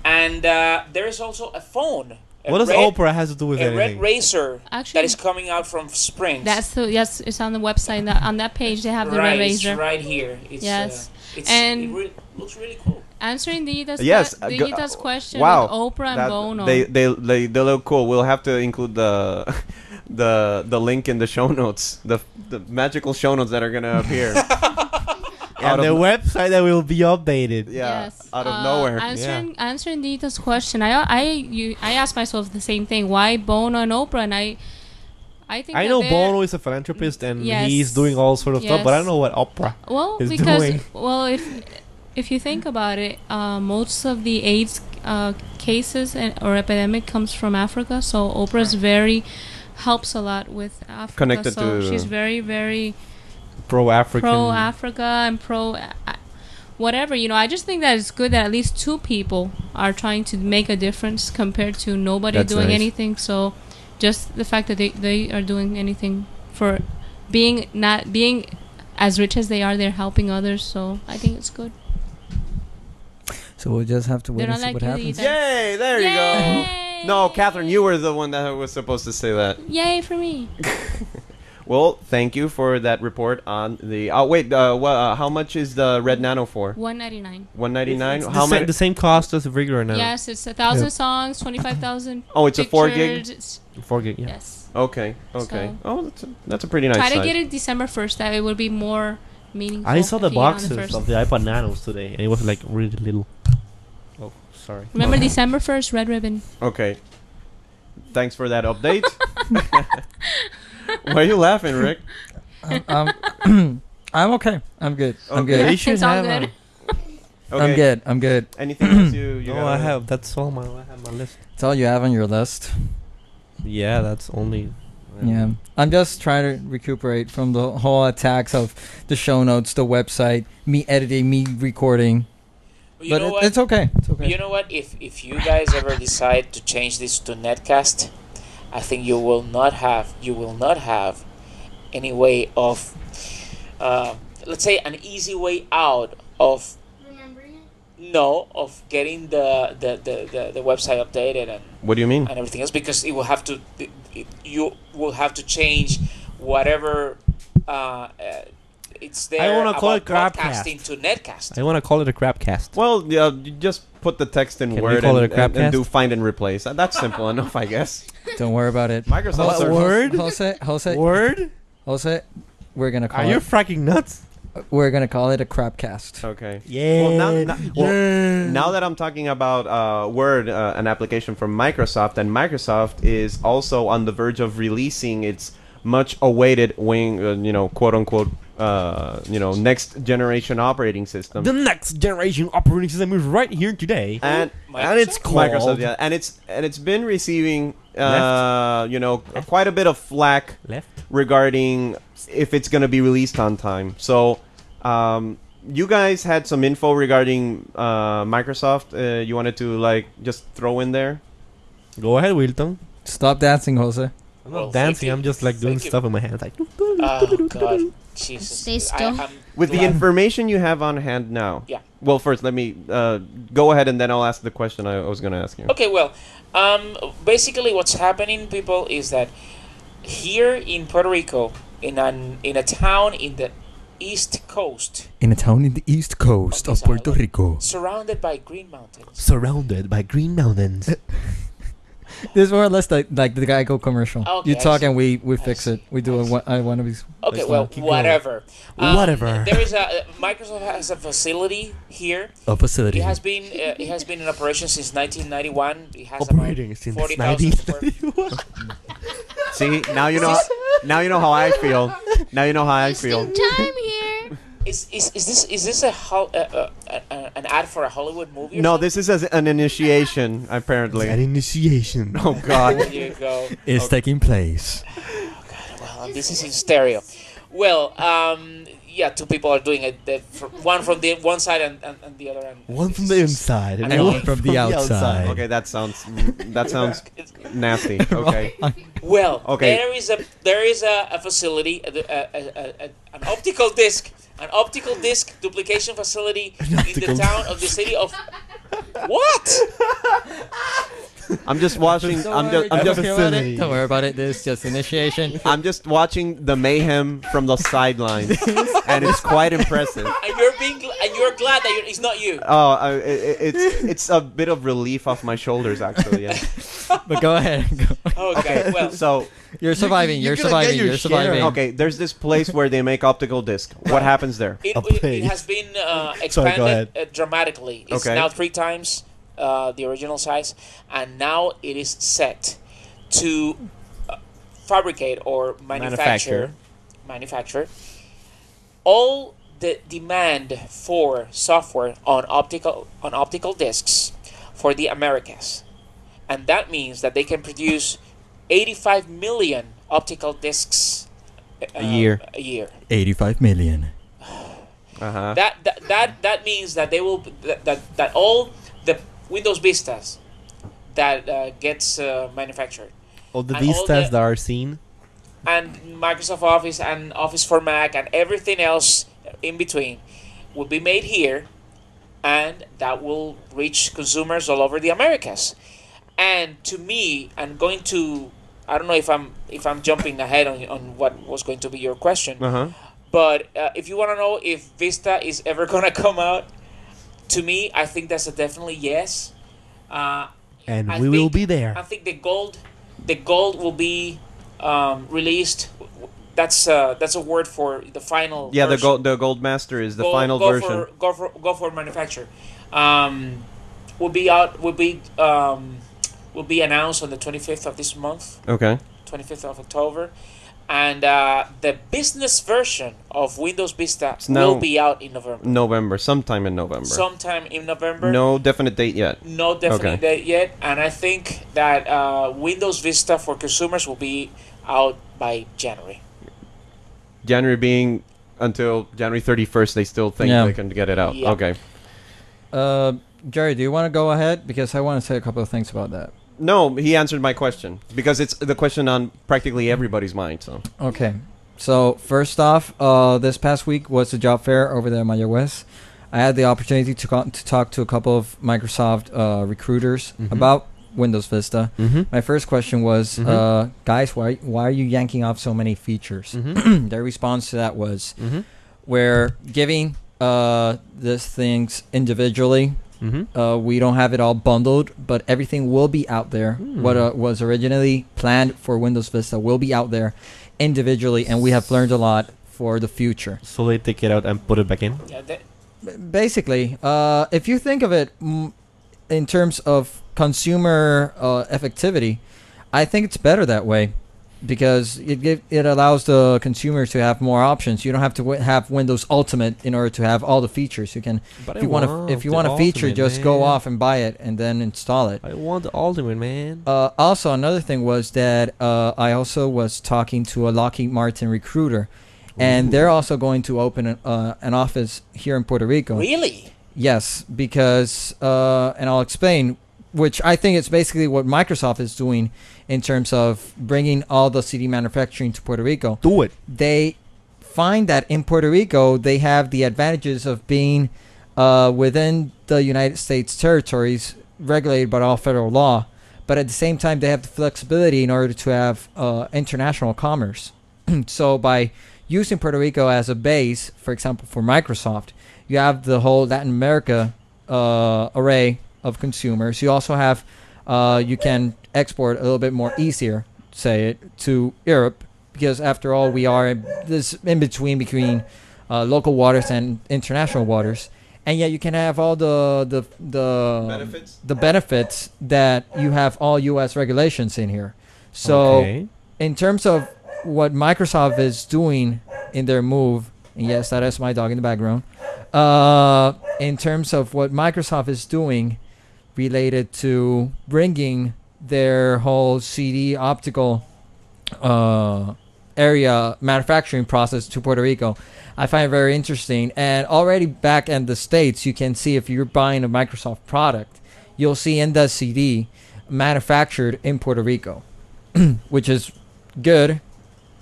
S9: And uh, there is also a phone. A
S10: What does
S9: red,
S10: Oprah has to do with
S9: A red
S10: anything?
S9: razor
S7: Actually-
S9: that is coming out from Sprint.
S7: that's the yes. It's on the website. That, on that page, they have the
S9: right,
S7: red
S9: it's
S7: razor.
S9: right here. It's,
S7: Yes.
S9: Uh, it's, it
S7: And-
S9: re- looks really cool.
S7: Answering Digita's,
S2: Yes,
S7: que-
S2: uh, go-
S7: Digita's question
S2: wow,
S7: with Oprah and
S2: That-
S7: Bono.
S2: They, they they they look cool. We'll have to include the the the link in the show notes. The the magical show notes that are gonna appear. out
S10: And the
S2: of,
S10: website that will be updated.
S2: yeah,
S7: yes.
S2: out
S7: Uh,
S2: of nowhere.
S7: Answering answering Dita's question, I I you I asked myself the same thing. Why Bono and Oprah? And I I think
S10: I
S7: that
S10: know
S7: they're-
S10: Bono is a philanthropist and
S7: Yes.
S10: he's doing all sort of stuff, but I
S7: Yes.
S10: don't know what Oprah.
S7: Well,
S10: is
S7: because
S10: doing.
S7: well, if if you think about it, uh, most of the AIDS uh, cases and, or epidemic comes from Africa, so Oprah's very helps a lot with Africa.
S2: Connected
S7: so
S2: to-
S7: she's very very
S10: Pro African.
S7: pro Africa and pro uh, whatever. You know, I just think that it's good that at least two people are trying to make a difference compared to nobody
S10: That's
S7: doing
S10: nice.
S7: anything. So, just the fact that they, they are doing anything for being not being as rich as they are, they're helping others. So I think it's good.
S3: so we'll just have to wait
S7: They're
S3: and
S7: not
S3: see
S7: like
S3: what
S7: you.
S3: happens.
S7: either.
S2: Yay! There
S7: Yay!
S2: you go. No, Catherine, you were the one that was supposed to say that.
S7: Yay for me!
S2: Well, thank you for that report on the. Oh wait, uh, wha- uh, how much is the red nano for?
S7: One ninety nine.
S2: One ninety nine.
S10: It's
S2: How
S10: the, sa-
S2: many?
S10: the same cost as a regular now.
S7: Yes, it's a thousand songs, twenty five thousand.
S2: Oh, it's a four gig.
S10: Four gig, yeah.
S7: Yes.
S2: Okay, okay.
S7: So-
S2: Oh, that's a, that's a pretty nice.
S7: Try to
S2: size.
S7: get it December first. That it would be more meaningful.
S10: I saw the
S7: if you get it on
S10: boxes
S7: 1st.
S10: of the iPod Nanos today, and it was like really little. Oh, sorry.
S7: Remember December 1st, Red Ribbon.
S2: Okay. Thanks for that update. Why are you laughing, Rick?
S3: Um, I'm, I'm, I'm okay. I'm good. I'm
S2: Okay.
S3: good.
S10: should
S7: It's all
S10: have
S7: good.
S10: a-
S3: I'm good. I'm good.
S2: Anything else you,
S10: Oh,
S2: you
S4: No,
S2: got
S4: Oh, I
S2: on-
S4: have. That's all my. I have my list.
S3: It's all you have on your list.
S4: Yeah, that's only.
S3: Yeah. I'm just trying to recuperate from the whole attacks of the show notes, the website, me editing, me recording.
S9: You
S3: but
S9: know
S3: it,
S9: what?
S3: it's okay. It's okay.
S9: You know what? If if you guys ever decide to change this to netcast, I think you will not have you will not have any way of, uh, let's say, an easy way out of
S8: Remembering it?
S9: no of getting the the, the, the, the website updated and,
S2: What do you mean?
S9: and everything else because it will have to it, it- you will have to change whatever uh, uh, it's there
S10: wanna
S9: about
S10: call it Crapcast.
S9: podcasting to netcast.
S10: I want to call it a crapcast.
S2: Well, yeah, you just put the text in
S10: Can we
S2: Word
S10: call
S2: and,
S10: it a
S2: and- and
S10: crapcast?
S2: do find and replace. Uh, That's simple enough, I guess.
S3: Don't worry about it.
S2: Microsoft
S3: Jose-
S2: Word?
S3: Jose- Jose, Jose,
S10: Word?
S3: Jose, we're gonna call
S4: Are you
S3: it.
S4: fracking nuts?
S3: We're gonna call it a crapcast.
S2: Okay.
S10: Yeah.
S2: Well, now, now, well,
S4: Mm.
S2: now that I'm talking about uh, Word, uh, an application from Microsoft, and Microsoft is also on the verge of releasing its much-awaited wing, uh, you know, quote-unquote, uh, you know, next-generation operating system.
S10: the next generation operating system is right here today.
S2: and
S9: and
S10: it's
S2: Microsoft,
S10: called-
S2: yeah, and it's and it's been receiving, uh, you know, quite a bit of flack
S10: Left.
S2: regarding if it's going to be released on time. So, um, you guys had some info regarding uh, Microsoft. Uh, you wanted to like just throw in there.
S4: Go ahead, Wilton.
S3: Stop dancing, Jose.
S4: I'm
S9: Well,
S4: not
S9: thank
S4: dancing.
S9: you.
S4: I'm just like doing
S9: Thank you.
S4: stuff with my hands. Like,
S9: Oh God, Jesus!
S8: Stay still.
S9: I, I'm
S2: With the
S9: glad-
S2: information you have on hand now.
S9: Yeah.
S2: Well, first let me uh, go ahead and then I'll ask the question I, I was going to ask you.
S9: Okay, well, um, basically, what's happening, people, is that here in Puerto Rico, in an in a town in the east coast,
S3: In a town in the east coast
S9: of Puerto
S3: Rico.
S9: surrounded by green mountains.
S4: surrounded by green mountains.
S3: This is more or less like, like the Geico commercial.
S9: Okay,
S3: you
S9: I
S3: talk
S9: see.
S3: and we, we
S9: I
S3: fix
S9: see.
S3: it. We do
S9: I
S3: it.
S9: see.
S3: Wa- I want to be.
S9: Okay,
S4: Let's
S9: well,
S4: not keep going.
S9: whatever. Um,
S4: Whatever.
S9: There is a uh, Microsoft has a facility here.
S3: A facility.
S9: It has been uh, it has been in operation since 1991. It has
S4: Operating
S9: about
S4: since
S9: 40,000 square
S2: See, now you know now you know how I feel. Now you know how I feel.
S8: Wasting time here.
S9: Is, is, is this is this a, hol- uh, uh, uh, an ad for a Hollywood movie? Or
S2: No, this is as an initiation
S4: An
S2: apparently.
S4: initiation.
S2: Oh god.
S9: something? There you go.
S3: Is taking place.
S9: Well, Uh, this is in stereo. Well, um, yeah, two people are doing it. The, fr- one from the one side and, and, and the other. And
S4: One from the inside and,
S9: And
S4: one
S9: one
S4: from, the outside.
S2: Okay, that sounds that sounds nasty. Okay.
S9: Well,
S2: Okay.
S9: there is a there is a, a facility, a, a, a, a, an optical disc, an optical disc duplication facility in the
S4: optical
S9: town of the city of. What?
S2: I'm just watching. I'm just. I'm just.
S4: about it.
S3: Don't worry about it. This is just initiation.
S2: I'm just watching the mayhem from the sidelines, and it's quite impressive.
S9: And you're being gl- and you're glad that you're, it's not you.
S2: Oh, I, i it's it's a bit of relief off my shoulders, actually. Yeah.
S3: But go ahead.
S9: Okay. Well,
S2: So
S3: You're surviving. You're,
S4: you're gonna get
S3: surviving.
S4: your
S3: You're
S4: share.
S3: surviving.
S2: okay, there's this place where they make optical disc. What happens there?
S9: it,
S4: A
S9: it- it
S4: place.
S9: has been uh,
S4: Sorry, go
S9: expanded uh, dramatically. It's
S2: Okay.
S9: now three times uh, the original size, and now it is set to uh, fabricate or manufacture manufacture all the demand for software on optical on optical discs for the Americas, and that means that they can produce 85 million optical discs uh, a
S2: year.
S9: A year.
S3: 85 million.
S2: Uh huh.
S9: that that that, that means that they will that, that that all the Windows Vistas that uh, gets uh, manufactured
S4: All the
S9: And all
S4: vistas
S9: the-
S4: that are seen.
S9: and Microsoft Office and Office for Mac and everything else in between will be made here and that will reach consumers all over the Americas. And to me, I'm going to I don't know if I'm if I'm jumping ahead on, on what was going to be your question.
S2: Uh huh.
S9: But uh, if you want to know if Vista is ever gonna come out, to me, I think that's a definitely yes. Uh,
S4: And
S9: I
S4: we will
S9: think-
S4: be there.
S9: I think the gold, the gold will be um, released. That's uh, that's a word for the final.
S2: Yeah, the
S9: version.
S2: gold the gold master is the
S9: Go-
S2: final
S9: go
S2: version.
S9: For, go for go for manufacture. Um, will be out. Will be um, will be announced on the twenty fifth of this month.
S2: Okay.
S9: 25th of October. and uh, the business version of Windows Vista
S2: It's now-
S9: will be out in November,
S2: November, sometime in November.
S9: sometime in November.
S2: No definite date yet.
S9: no
S2: Okay.
S9: definite date yet, and I think that uh, Windows Vista for consumers will be out by January.
S2: January being until January 31st, they still think
S3: Yeah.
S2: they can get it out.
S9: Yeah.
S2: Okay.
S3: Uh, Jerry, do you want to go ahead? Because I want to say a couple of things about that.
S2: No, he answered my question because it's the question on practically everybody's mind. So
S3: Okay. So first off, uh, this past week was the job fair over there in Maya West. I had the opportunity to, co- to talk to a couple of Microsoft uh, recruiters about Windows Vista.
S10: Mm-hmm.
S2: Mhm.
S3: My first question was, uh, guys, why why are you yanking off so many features? Their response to that was,
S4: Mm-hmm.
S3: we're giving uh, these things individually.
S10: Mm-hmm.
S3: Uh, we don't have it all bundled, but everything will be out there. What uh, was originally planned for Windows Vista will be out there individually, and we have learned a lot for the future.
S10: So they take it out and put it back in.
S9: Yeah, that,
S3: B- Basically, uh, if you think of it mm, in terms of consumer uh, effectivity, I think it's better that way because it give, it allows the consumer to have more options. You don't have to w- have Windows Ultimate in order to have all the features. You can,
S10: But
S3: if you want to, if you want a feature, just go off and buy it and then install it.
S10: I want the ultimate, man.
S3: Uh, also, another thing was that uh, I also was talking to a Lockheed Martin recruiter, and they're also going to open an, uh, an office here in Puerto Rico.
S9: really?
S3: Yes, because uh, and I'll explain. Which I think it's basically what Microsoft is doing in terms of bringing all the CD manufacturing to Puerto Rico.
S10: Do it.
S3: They find that in Puerto Rico they have the advantages of being uh, within the United States territories regulated by all federal law, but at the same time they have the flexibility in order to have uh, international commerce. so by using Puerto Rico as a base, for example, for Microsoft, you have the whole Latin America uh, array of consumers. You also have uh, you can export a little bit more easier, say it to Europe, because after all, we are in this in between between uh, local waters and international waters. And yet, you can have all the the the
S2: Benefits?
S3: the benefits that you have all U.S. regulations in here. So
S10: Okay.
S3: in terms of what Microsoft is doing in their move, and yes, that is my dog in the background. Uh, in terms of what Microsoft is doing related to bringing their whole CD optical uh, area manufacturing process to Puerto Rico, I find it very interesting. And already back in the States, you can see if you're buying a Microsoft product, you'll see in the CD manufactured in Puerto Rico which is good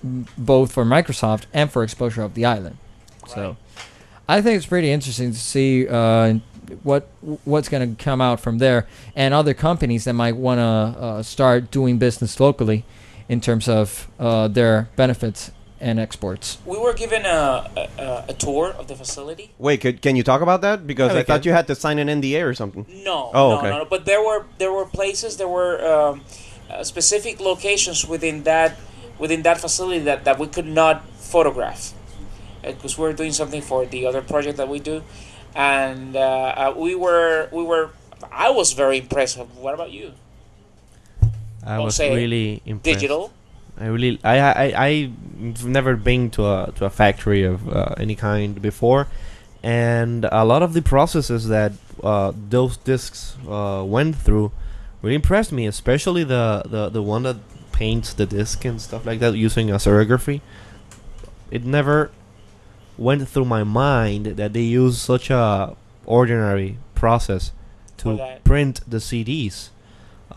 S3: m- both for Microsoft and for exposure of the island. So I think it's pretty interesting to see uh, what what's going to come out from there and other companies that might want to uh, start doing business locally in terms of uh, their benefits and exports.
S9: We were given a, a, a tour of the facility.
S2: wait, could, can you talk about that? Because
S10: Yeah, we
S2: I thought
S10: can.
S2: you had to sign an NDA or something.
S9: No,
S2: Oh,
S9: no,
S2: okay.
S9: no, no. But there were there were places, there were um, uh, specific locations within that within that facility that, that we could not photograph because we were doing something for the other project that we do, and uh, uh, we were we were. I was very impressed. What about you?
S10: I
S9: I'll
S10: was
S9: say
S10: really impressed.
S9: Digital.
S10: I really, I, I, I- I've never been to a to a factory of uh, any kind before, and a lot of the processes that uh, those discs uh, went through really impressed me, especially the, the the one that paints the disc and stuff like that using a serigraphy. It never went through my mind that they use such a ordinary process
S9: For
S10: to
S9: that.
S10: print the CDs.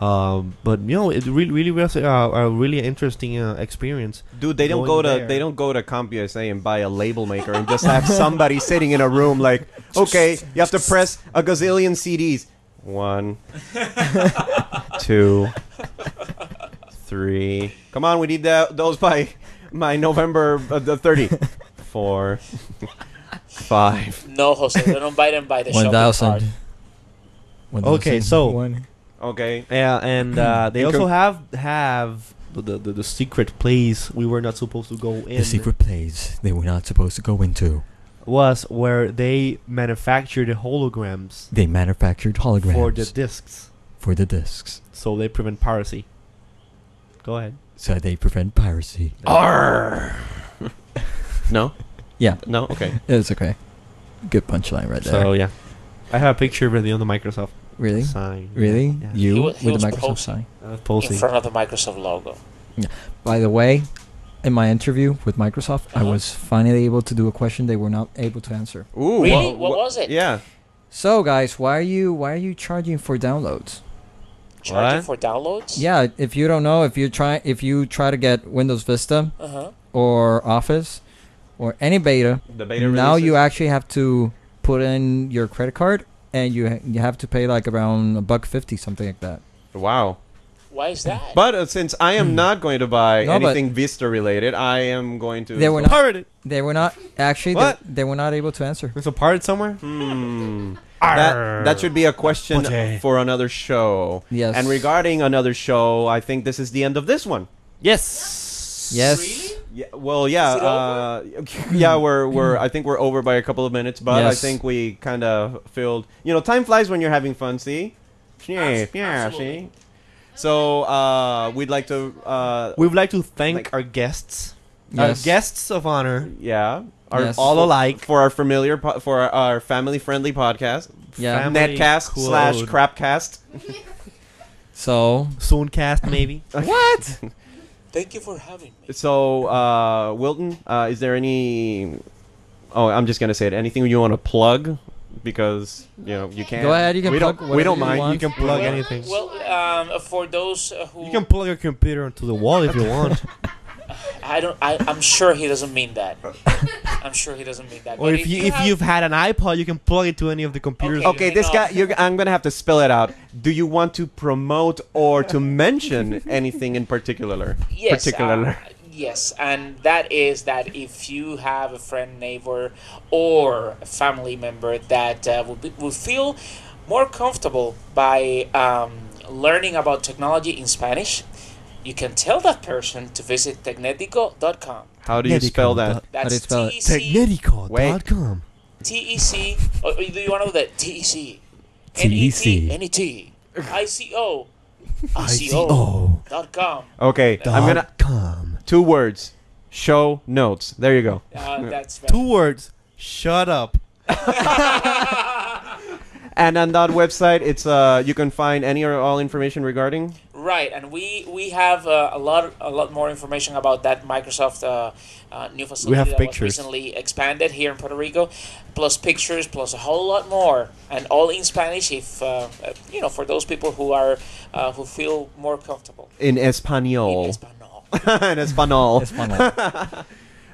S10: Um, but you know, it really, really was a, a really interesting uh, experience.
S2: Dude, they don't
S10: Going
S2: go to
S10: there.
S2: they don't go to CompUSA and buy a label maker and just have somebody sitting in a room like, okay, you have to press a gazillion CDs. One, two, three. Come on, we need that, those by my November uh, the thirty. Four, five.
S9: No, Jose. they don't buy them by the shopping cart.
S10: Okay, so-
S2: Okay.
S10: Yeah, and uh, they
S2: You
S10: also
S2: can-
S10: have have the, the the secret place we were not supposed to go in.
S3: place they were not supposed to go into.
S10: was where they manufactured the holograms
S3: They manufactured holograms
S10: for the discs,
S3: for the discs.
S10: so they prevent piracy.
S4: Go ahead.
S3: so they prevent piracy.
S2: Arr! no?
S3: Yeah.
S2: No? Okay.
S3: It's okay. Good punchline right there.
S4: So yeah, I have a picture of it on the Microsoft
S3: really,
S4: sign.
S3: really,
S4: Yeah.
S3: you
S9: He wa- he
S3: with the
S9: was
S3: Microsoft
S9: posing.
S3: sign.
S4: Uh,
S9: in
S4: posing.
S9: front of the Microsoft logo.
S3: By the way, in my interview with Microsoft, I
S9: Uh-huh.
S3: was finally able to do a question they were not able to answer.
S2: Ooh,
S9: Really?
S2: wha-
S9: What
S2: wha-
S9: was it?
S2: Yeah.
S3: So guys, why are you why are you charging for downloads?
S2: What?
S9: Charging for downloads?
S3: Yeah, if you don't know, if you try if you try to get Windows Vista
S9: Uh huh.
S3: or Office or any beta,
S2: The beta
S3: now
S2: releases?
S3: you actually have to put in your credit card and you ha- you have to pay like around a buck 50 something like that.
S2: Wow.
S9: Why is that?
S2: But uh, since I am not going to buy
S3: Hmm. No, but-
S2: anything Vista related, I am going to.
S3: They were not-
S2: Pirate it!
S3: They were not actually they-
S2: What?
S3: They, were not able to answer.
S4: There's a part somewhere.
S2: Hmm. That, that should be a question
S4: Pote.
S2: for another show.
S3: Yes.
S2: And regarding another show, I think this is the end of this one.
S4: Yes.
S3: Yes.
S2: Yeah, well, yeah,
S9: Is it
S2: uh, yeah, we're we're I think we're over by a couple of minutes, but I
S3: Yes.
S2: think we kind of filled. You know, time flies when you're having fun. See, yeah,
S9: Abs-
S2: yeah,
S9: absolutely.
S2: see. So uh, we'd like to, uh,
S4: We would like to thank
S2: Like-
S4: our guests,
S3: Yes.
S4: our guests of honor,
S2: yeah, our,
S3: Yes.
S2: all
S4: all alike.
S2: for our familiar, po- for our, our family-friendly podcast,
S3: Yeah.
S4: Fam- Family
S2: netcast
S4: Quode.
S2: slash crapcast.
S3: So,
S4: Sooncast, maybe.
S2: What?
S9: Thank you for having me.
S2: so, uh, Wilton, uh, is there any? Oh, I'm just gonna say it. Anything you want to plug? Because you know you can.
S3: Go ahead, you can
S2: we
S3: plug
S2: don't,
S3: whatever
S2: We don't
S3: you
S2: mind.
S3: want.
S4: You can plug
S9: well,
S4: anything.
S9: Well, um, for those uh, who
S4: You can plug your computer into the wall if you want,
S9: I don't, I, I'm sure he doesn't mean that. I'm sure he doesn't mean that.
S4: or
S9: But
S4: if you if
S9: have-
S4: you've had an iPod, you can plug it to any of the computers. Oh,
S9: Okay.
S2: Okay, this guy, you're, I'm gonna have to spell it out. Do you want to promote or to mention anything in particular?
S9: yes,
S2: particular.
S9: uh, yes, and that is that if you have a friend, neighbor, or a family member that uh, will, be, will feel more comfortable by um, learning about technology in Spanish, you can tell that person to visit tecnetico.com.
S2: How do you spell that?
S3: do you
S9: That's E
S3: spell it?
S9: T-E-C,
S4: Technetico.com.
S9: T-E-C, E or, or do you want to know that? E T-E-C,
S4: E
S9: N-E-T, N-E-T, I-C-O, I-C-O, dot com.
S2: Okay, I'm gonna
S4: com.
S2: two words. Show notes. There you go.
S9: Uh, that's right.
S4: Two words. Shut up.
S2: And on that website, it's uh, you can find any or all information regarding.
S9: Right, and we we have uh, a lot a lot more information about that Microsoft uh, uh, new facility
S4: have
S9: that
S4: pictures.
S9: was recently expanded here in Puerto Rico, plus pictures, plus a whole lot more, and all in Spanish. If uh, uh, you know, for those people who are uh, who feel more comfortable
S2: In
S4: Oh.
S9: in
S2: Espanol.
S9: Espanol.
S2: in Espanol.
S3: it's fun like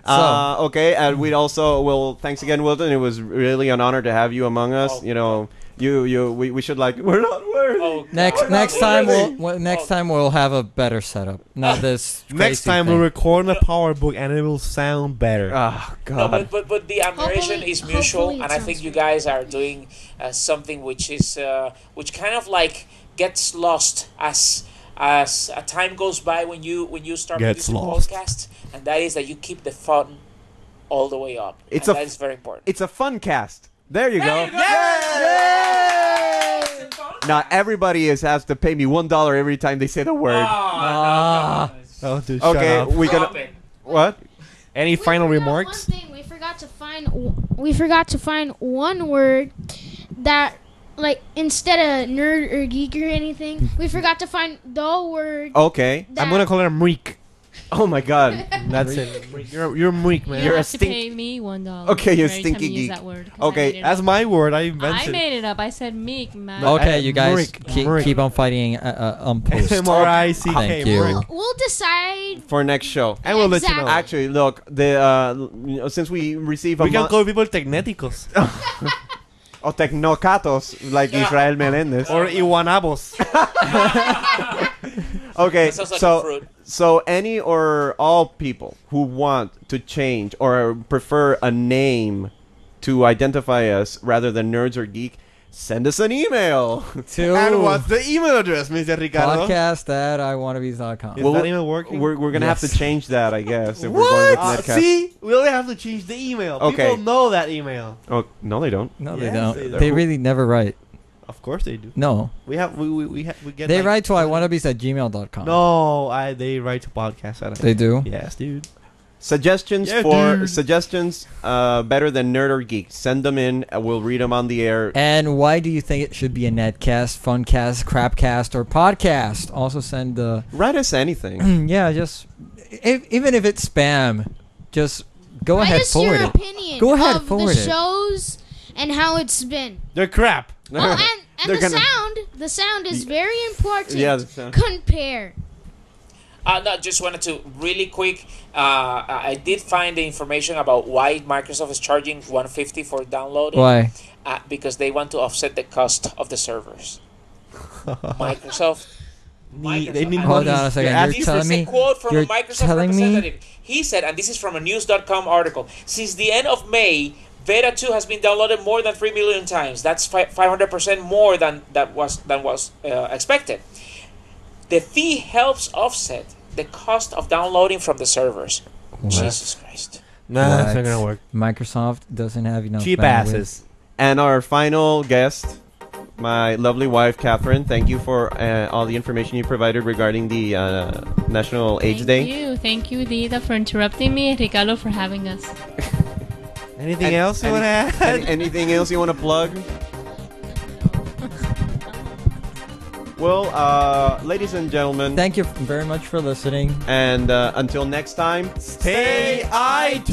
S2: Uh, okay, and we also will. Thanks again, Wilton. It was really an honor to have you among us.
S9: Oh.
S2: You know, you you we, we should like we're not worthy.
S9: Oh,
S3: Next
S9: God.
S3: next time we'll, well
S9: Oh.
S3: next time we'll have a better setup. Not this
S4: Next
S3: crazy
S4: time
S3: thing.
S4: we'll record on a PowerBook and it will sound better.
S2: Ah,
S9: No,
S2: God.
S9: but, but, but the admiration is
S8: Hopefully-
S9: mutual,
S8: hopefully it
S9: and I think
S8: sounds
S9: you guys are doing uh, something which is uh, which kind of like gets lost as as a time goes by when you when you start
S4: Gets
S9: producing
S4: lost.
S9: podcasts, and that is that you keep the fun all the way up.
S2: It's
S9: and
S2: a
S9: that
S2: f-
S9: is very important.
S2: It's a fun cast. There you go. Yay! Now everybody is has to pay me one dollar every time they say the word.
S3: Ah,
S4: Oh, dude,
S2: okay, we gonna what?
S4: Any
S8: We
S4: final
S8: forgot
S4: remarks?
S8: One thing we forgot to find. We forgot to find one word that, like, instead of nerd or geek or anything, we forgot to find the
S2: Oh,
S8: word.
S2: Okay.
S8: That
S4: I'm gonna call it a Meek.
S2: Oh my God.
S4: That's it. You're you're Meek, man.
S7: You
S2: You're a
S7: have to
S2: stink-
S7: pay me one dollar.
S2: Okay, you're
S7: for every time
S2: stinky
S7: you use
S2: geek.
S7: that word, 'cause I
S2: Okay,
S7: made it
S4: That's
S7: up.
S4: my word. I
S7: I
S4: invented.
S7: made it up. I said meek. man.
S4: No,
S3: okay, you guys
S4: Merrick,
S3: keep,
S4: Merrick.
S3: keep on fighting uh, uh, on post.
S4: M R I C K.
S3: Thank you.
S4: Meek.
S8: We'll decide.
S2: For next show.
S4: And we'll let you know.
S8: Exactly.
S2: Actually, look, the uh, you know, since we receive a
S4: We can
S2: mon-
S4: call people Tecneticos
S2: o tecnocatos like Israel Melendez.
S4: or Iwanabos.
S2: Okay,
S9: That sounds like a
S2: so
S9: fruit.
S2: so any or all people who want to change or prefer a name to identify us rather than nerds or geek, send us an email.
S3: Two.
S4: And what's the email address, Mr. Ricardo?
S3: podcast at iwannabes.com.
S4: Is
S2: Well,
S4: that email working?
S2: We're, we're gonna have
S3: Yes.
S2: to change that, I guess. If we're
S4: what?
S2: going
S4: Uh,
S2: with Netcast.
S4: see, we only have to change the email.
S2: Okay.
S4: People know that email.
S2: Oh no, they don't.
S3: No,
S4: Yes,
S3: they don't.
S4: they
S3: They,
S4: don't.
S3: really never write.
S4: Of course they do.
S3: No.
S4: We have we we we, have, we get.
S3: They
S4: like-
S3: write to iwannabes at gmail.com.
S4: No, I they write to podcasts. I don't
S3: They do?
S4: Yes, dude.
S2: Suggestions
S4: Yeah,
S2: for
S4: dude.
S2: suggestions, uh, better than nerd or geek. Send them in. uh, We'll read them on the air.
S3: And why do you think it should be a netcast, funcast, crapcast, or podcast? Also send the
S2: Write us anything.
S3: Hmm, yeah, just e-, if, even if it's spam, just go
S8: Write
S3: ahead
S8: us your
S3: forward it.
S8: opinion
S3: Go ahead,
S8: of
S3: forward
S8: the
S3: it.
S8: shows and how it's been.
S10: They're crap.
S8: Oh, and, and
S2: They're
S8: the
S2: gonna-
S8: sound. The sound is very important.
S2: yeah, the sound.
S8: Compare.
S9: Uh, no, just wanted to really quick. Uh, I I did find the information about why Microsoft is charging 150 for downloading.
S3: Why?
S9: Uh, because they want to offset the cost of the servers. Microsoft. Microsoft-
S4: they need
S9: and
S3: Hold
S9: this-
S3: on a second.
S4: You're
S3: You're,
S4: asking-
S9: this
S3: telling
S9: is
S3: me.
S9: a quote from
S3: you're
S9: a Microsoft
S3: telling me-
S9: representative. He said, and this is from a news.com article, since the end of May, Beta 2 has been downloaded more than 3 million times. That's fi- 500% more than that was than was uh, expected. The fee helps offset the cost of downloading from the servers. Jesus Christ.
S10: Nah, that's
S3: What?
S10: not gonna work.
S3: Microsoft doesn't have enough
S10: Cheap
S3: bandwidth.
S10: asses.
S2: And our final guest, my lovely wife, Catherine. Thank you for uh, all the information you provided regarding the uh, National AIDS
S7: Thank
S2: Day.
S7: you. Thank you, Dita, for interrupting me and Ricardo for having us.
S10: Anything
S2: An-
S10: else you
S2: any-
S10: wanna add?
S2: Any- anything else you want to plug? Well, uh, ladies and gentlemen,
S3: Thank you very much for listening.
S2: and uh, until next time,
S10: Stay iTunes.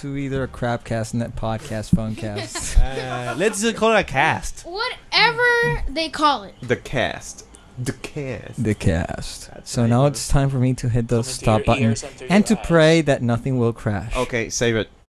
S3: To either a crapcast, net podcast, funcast.
S10: Uh, let's just call it a cast.
S8: Whatever they call it.
S2: the cast. The cast.
S3: the cast.
S2: That's
S3: So
S2: right,
S3: now
S2: man.
S3: it's time for me to hit the
S9: Come into
S3: stop
S9: your
S3: button
S9: ears and through
S3: and
S9: your
S3: to
S9: eyes.
S3: pray that nothing will crash.
S2: Okay, save it.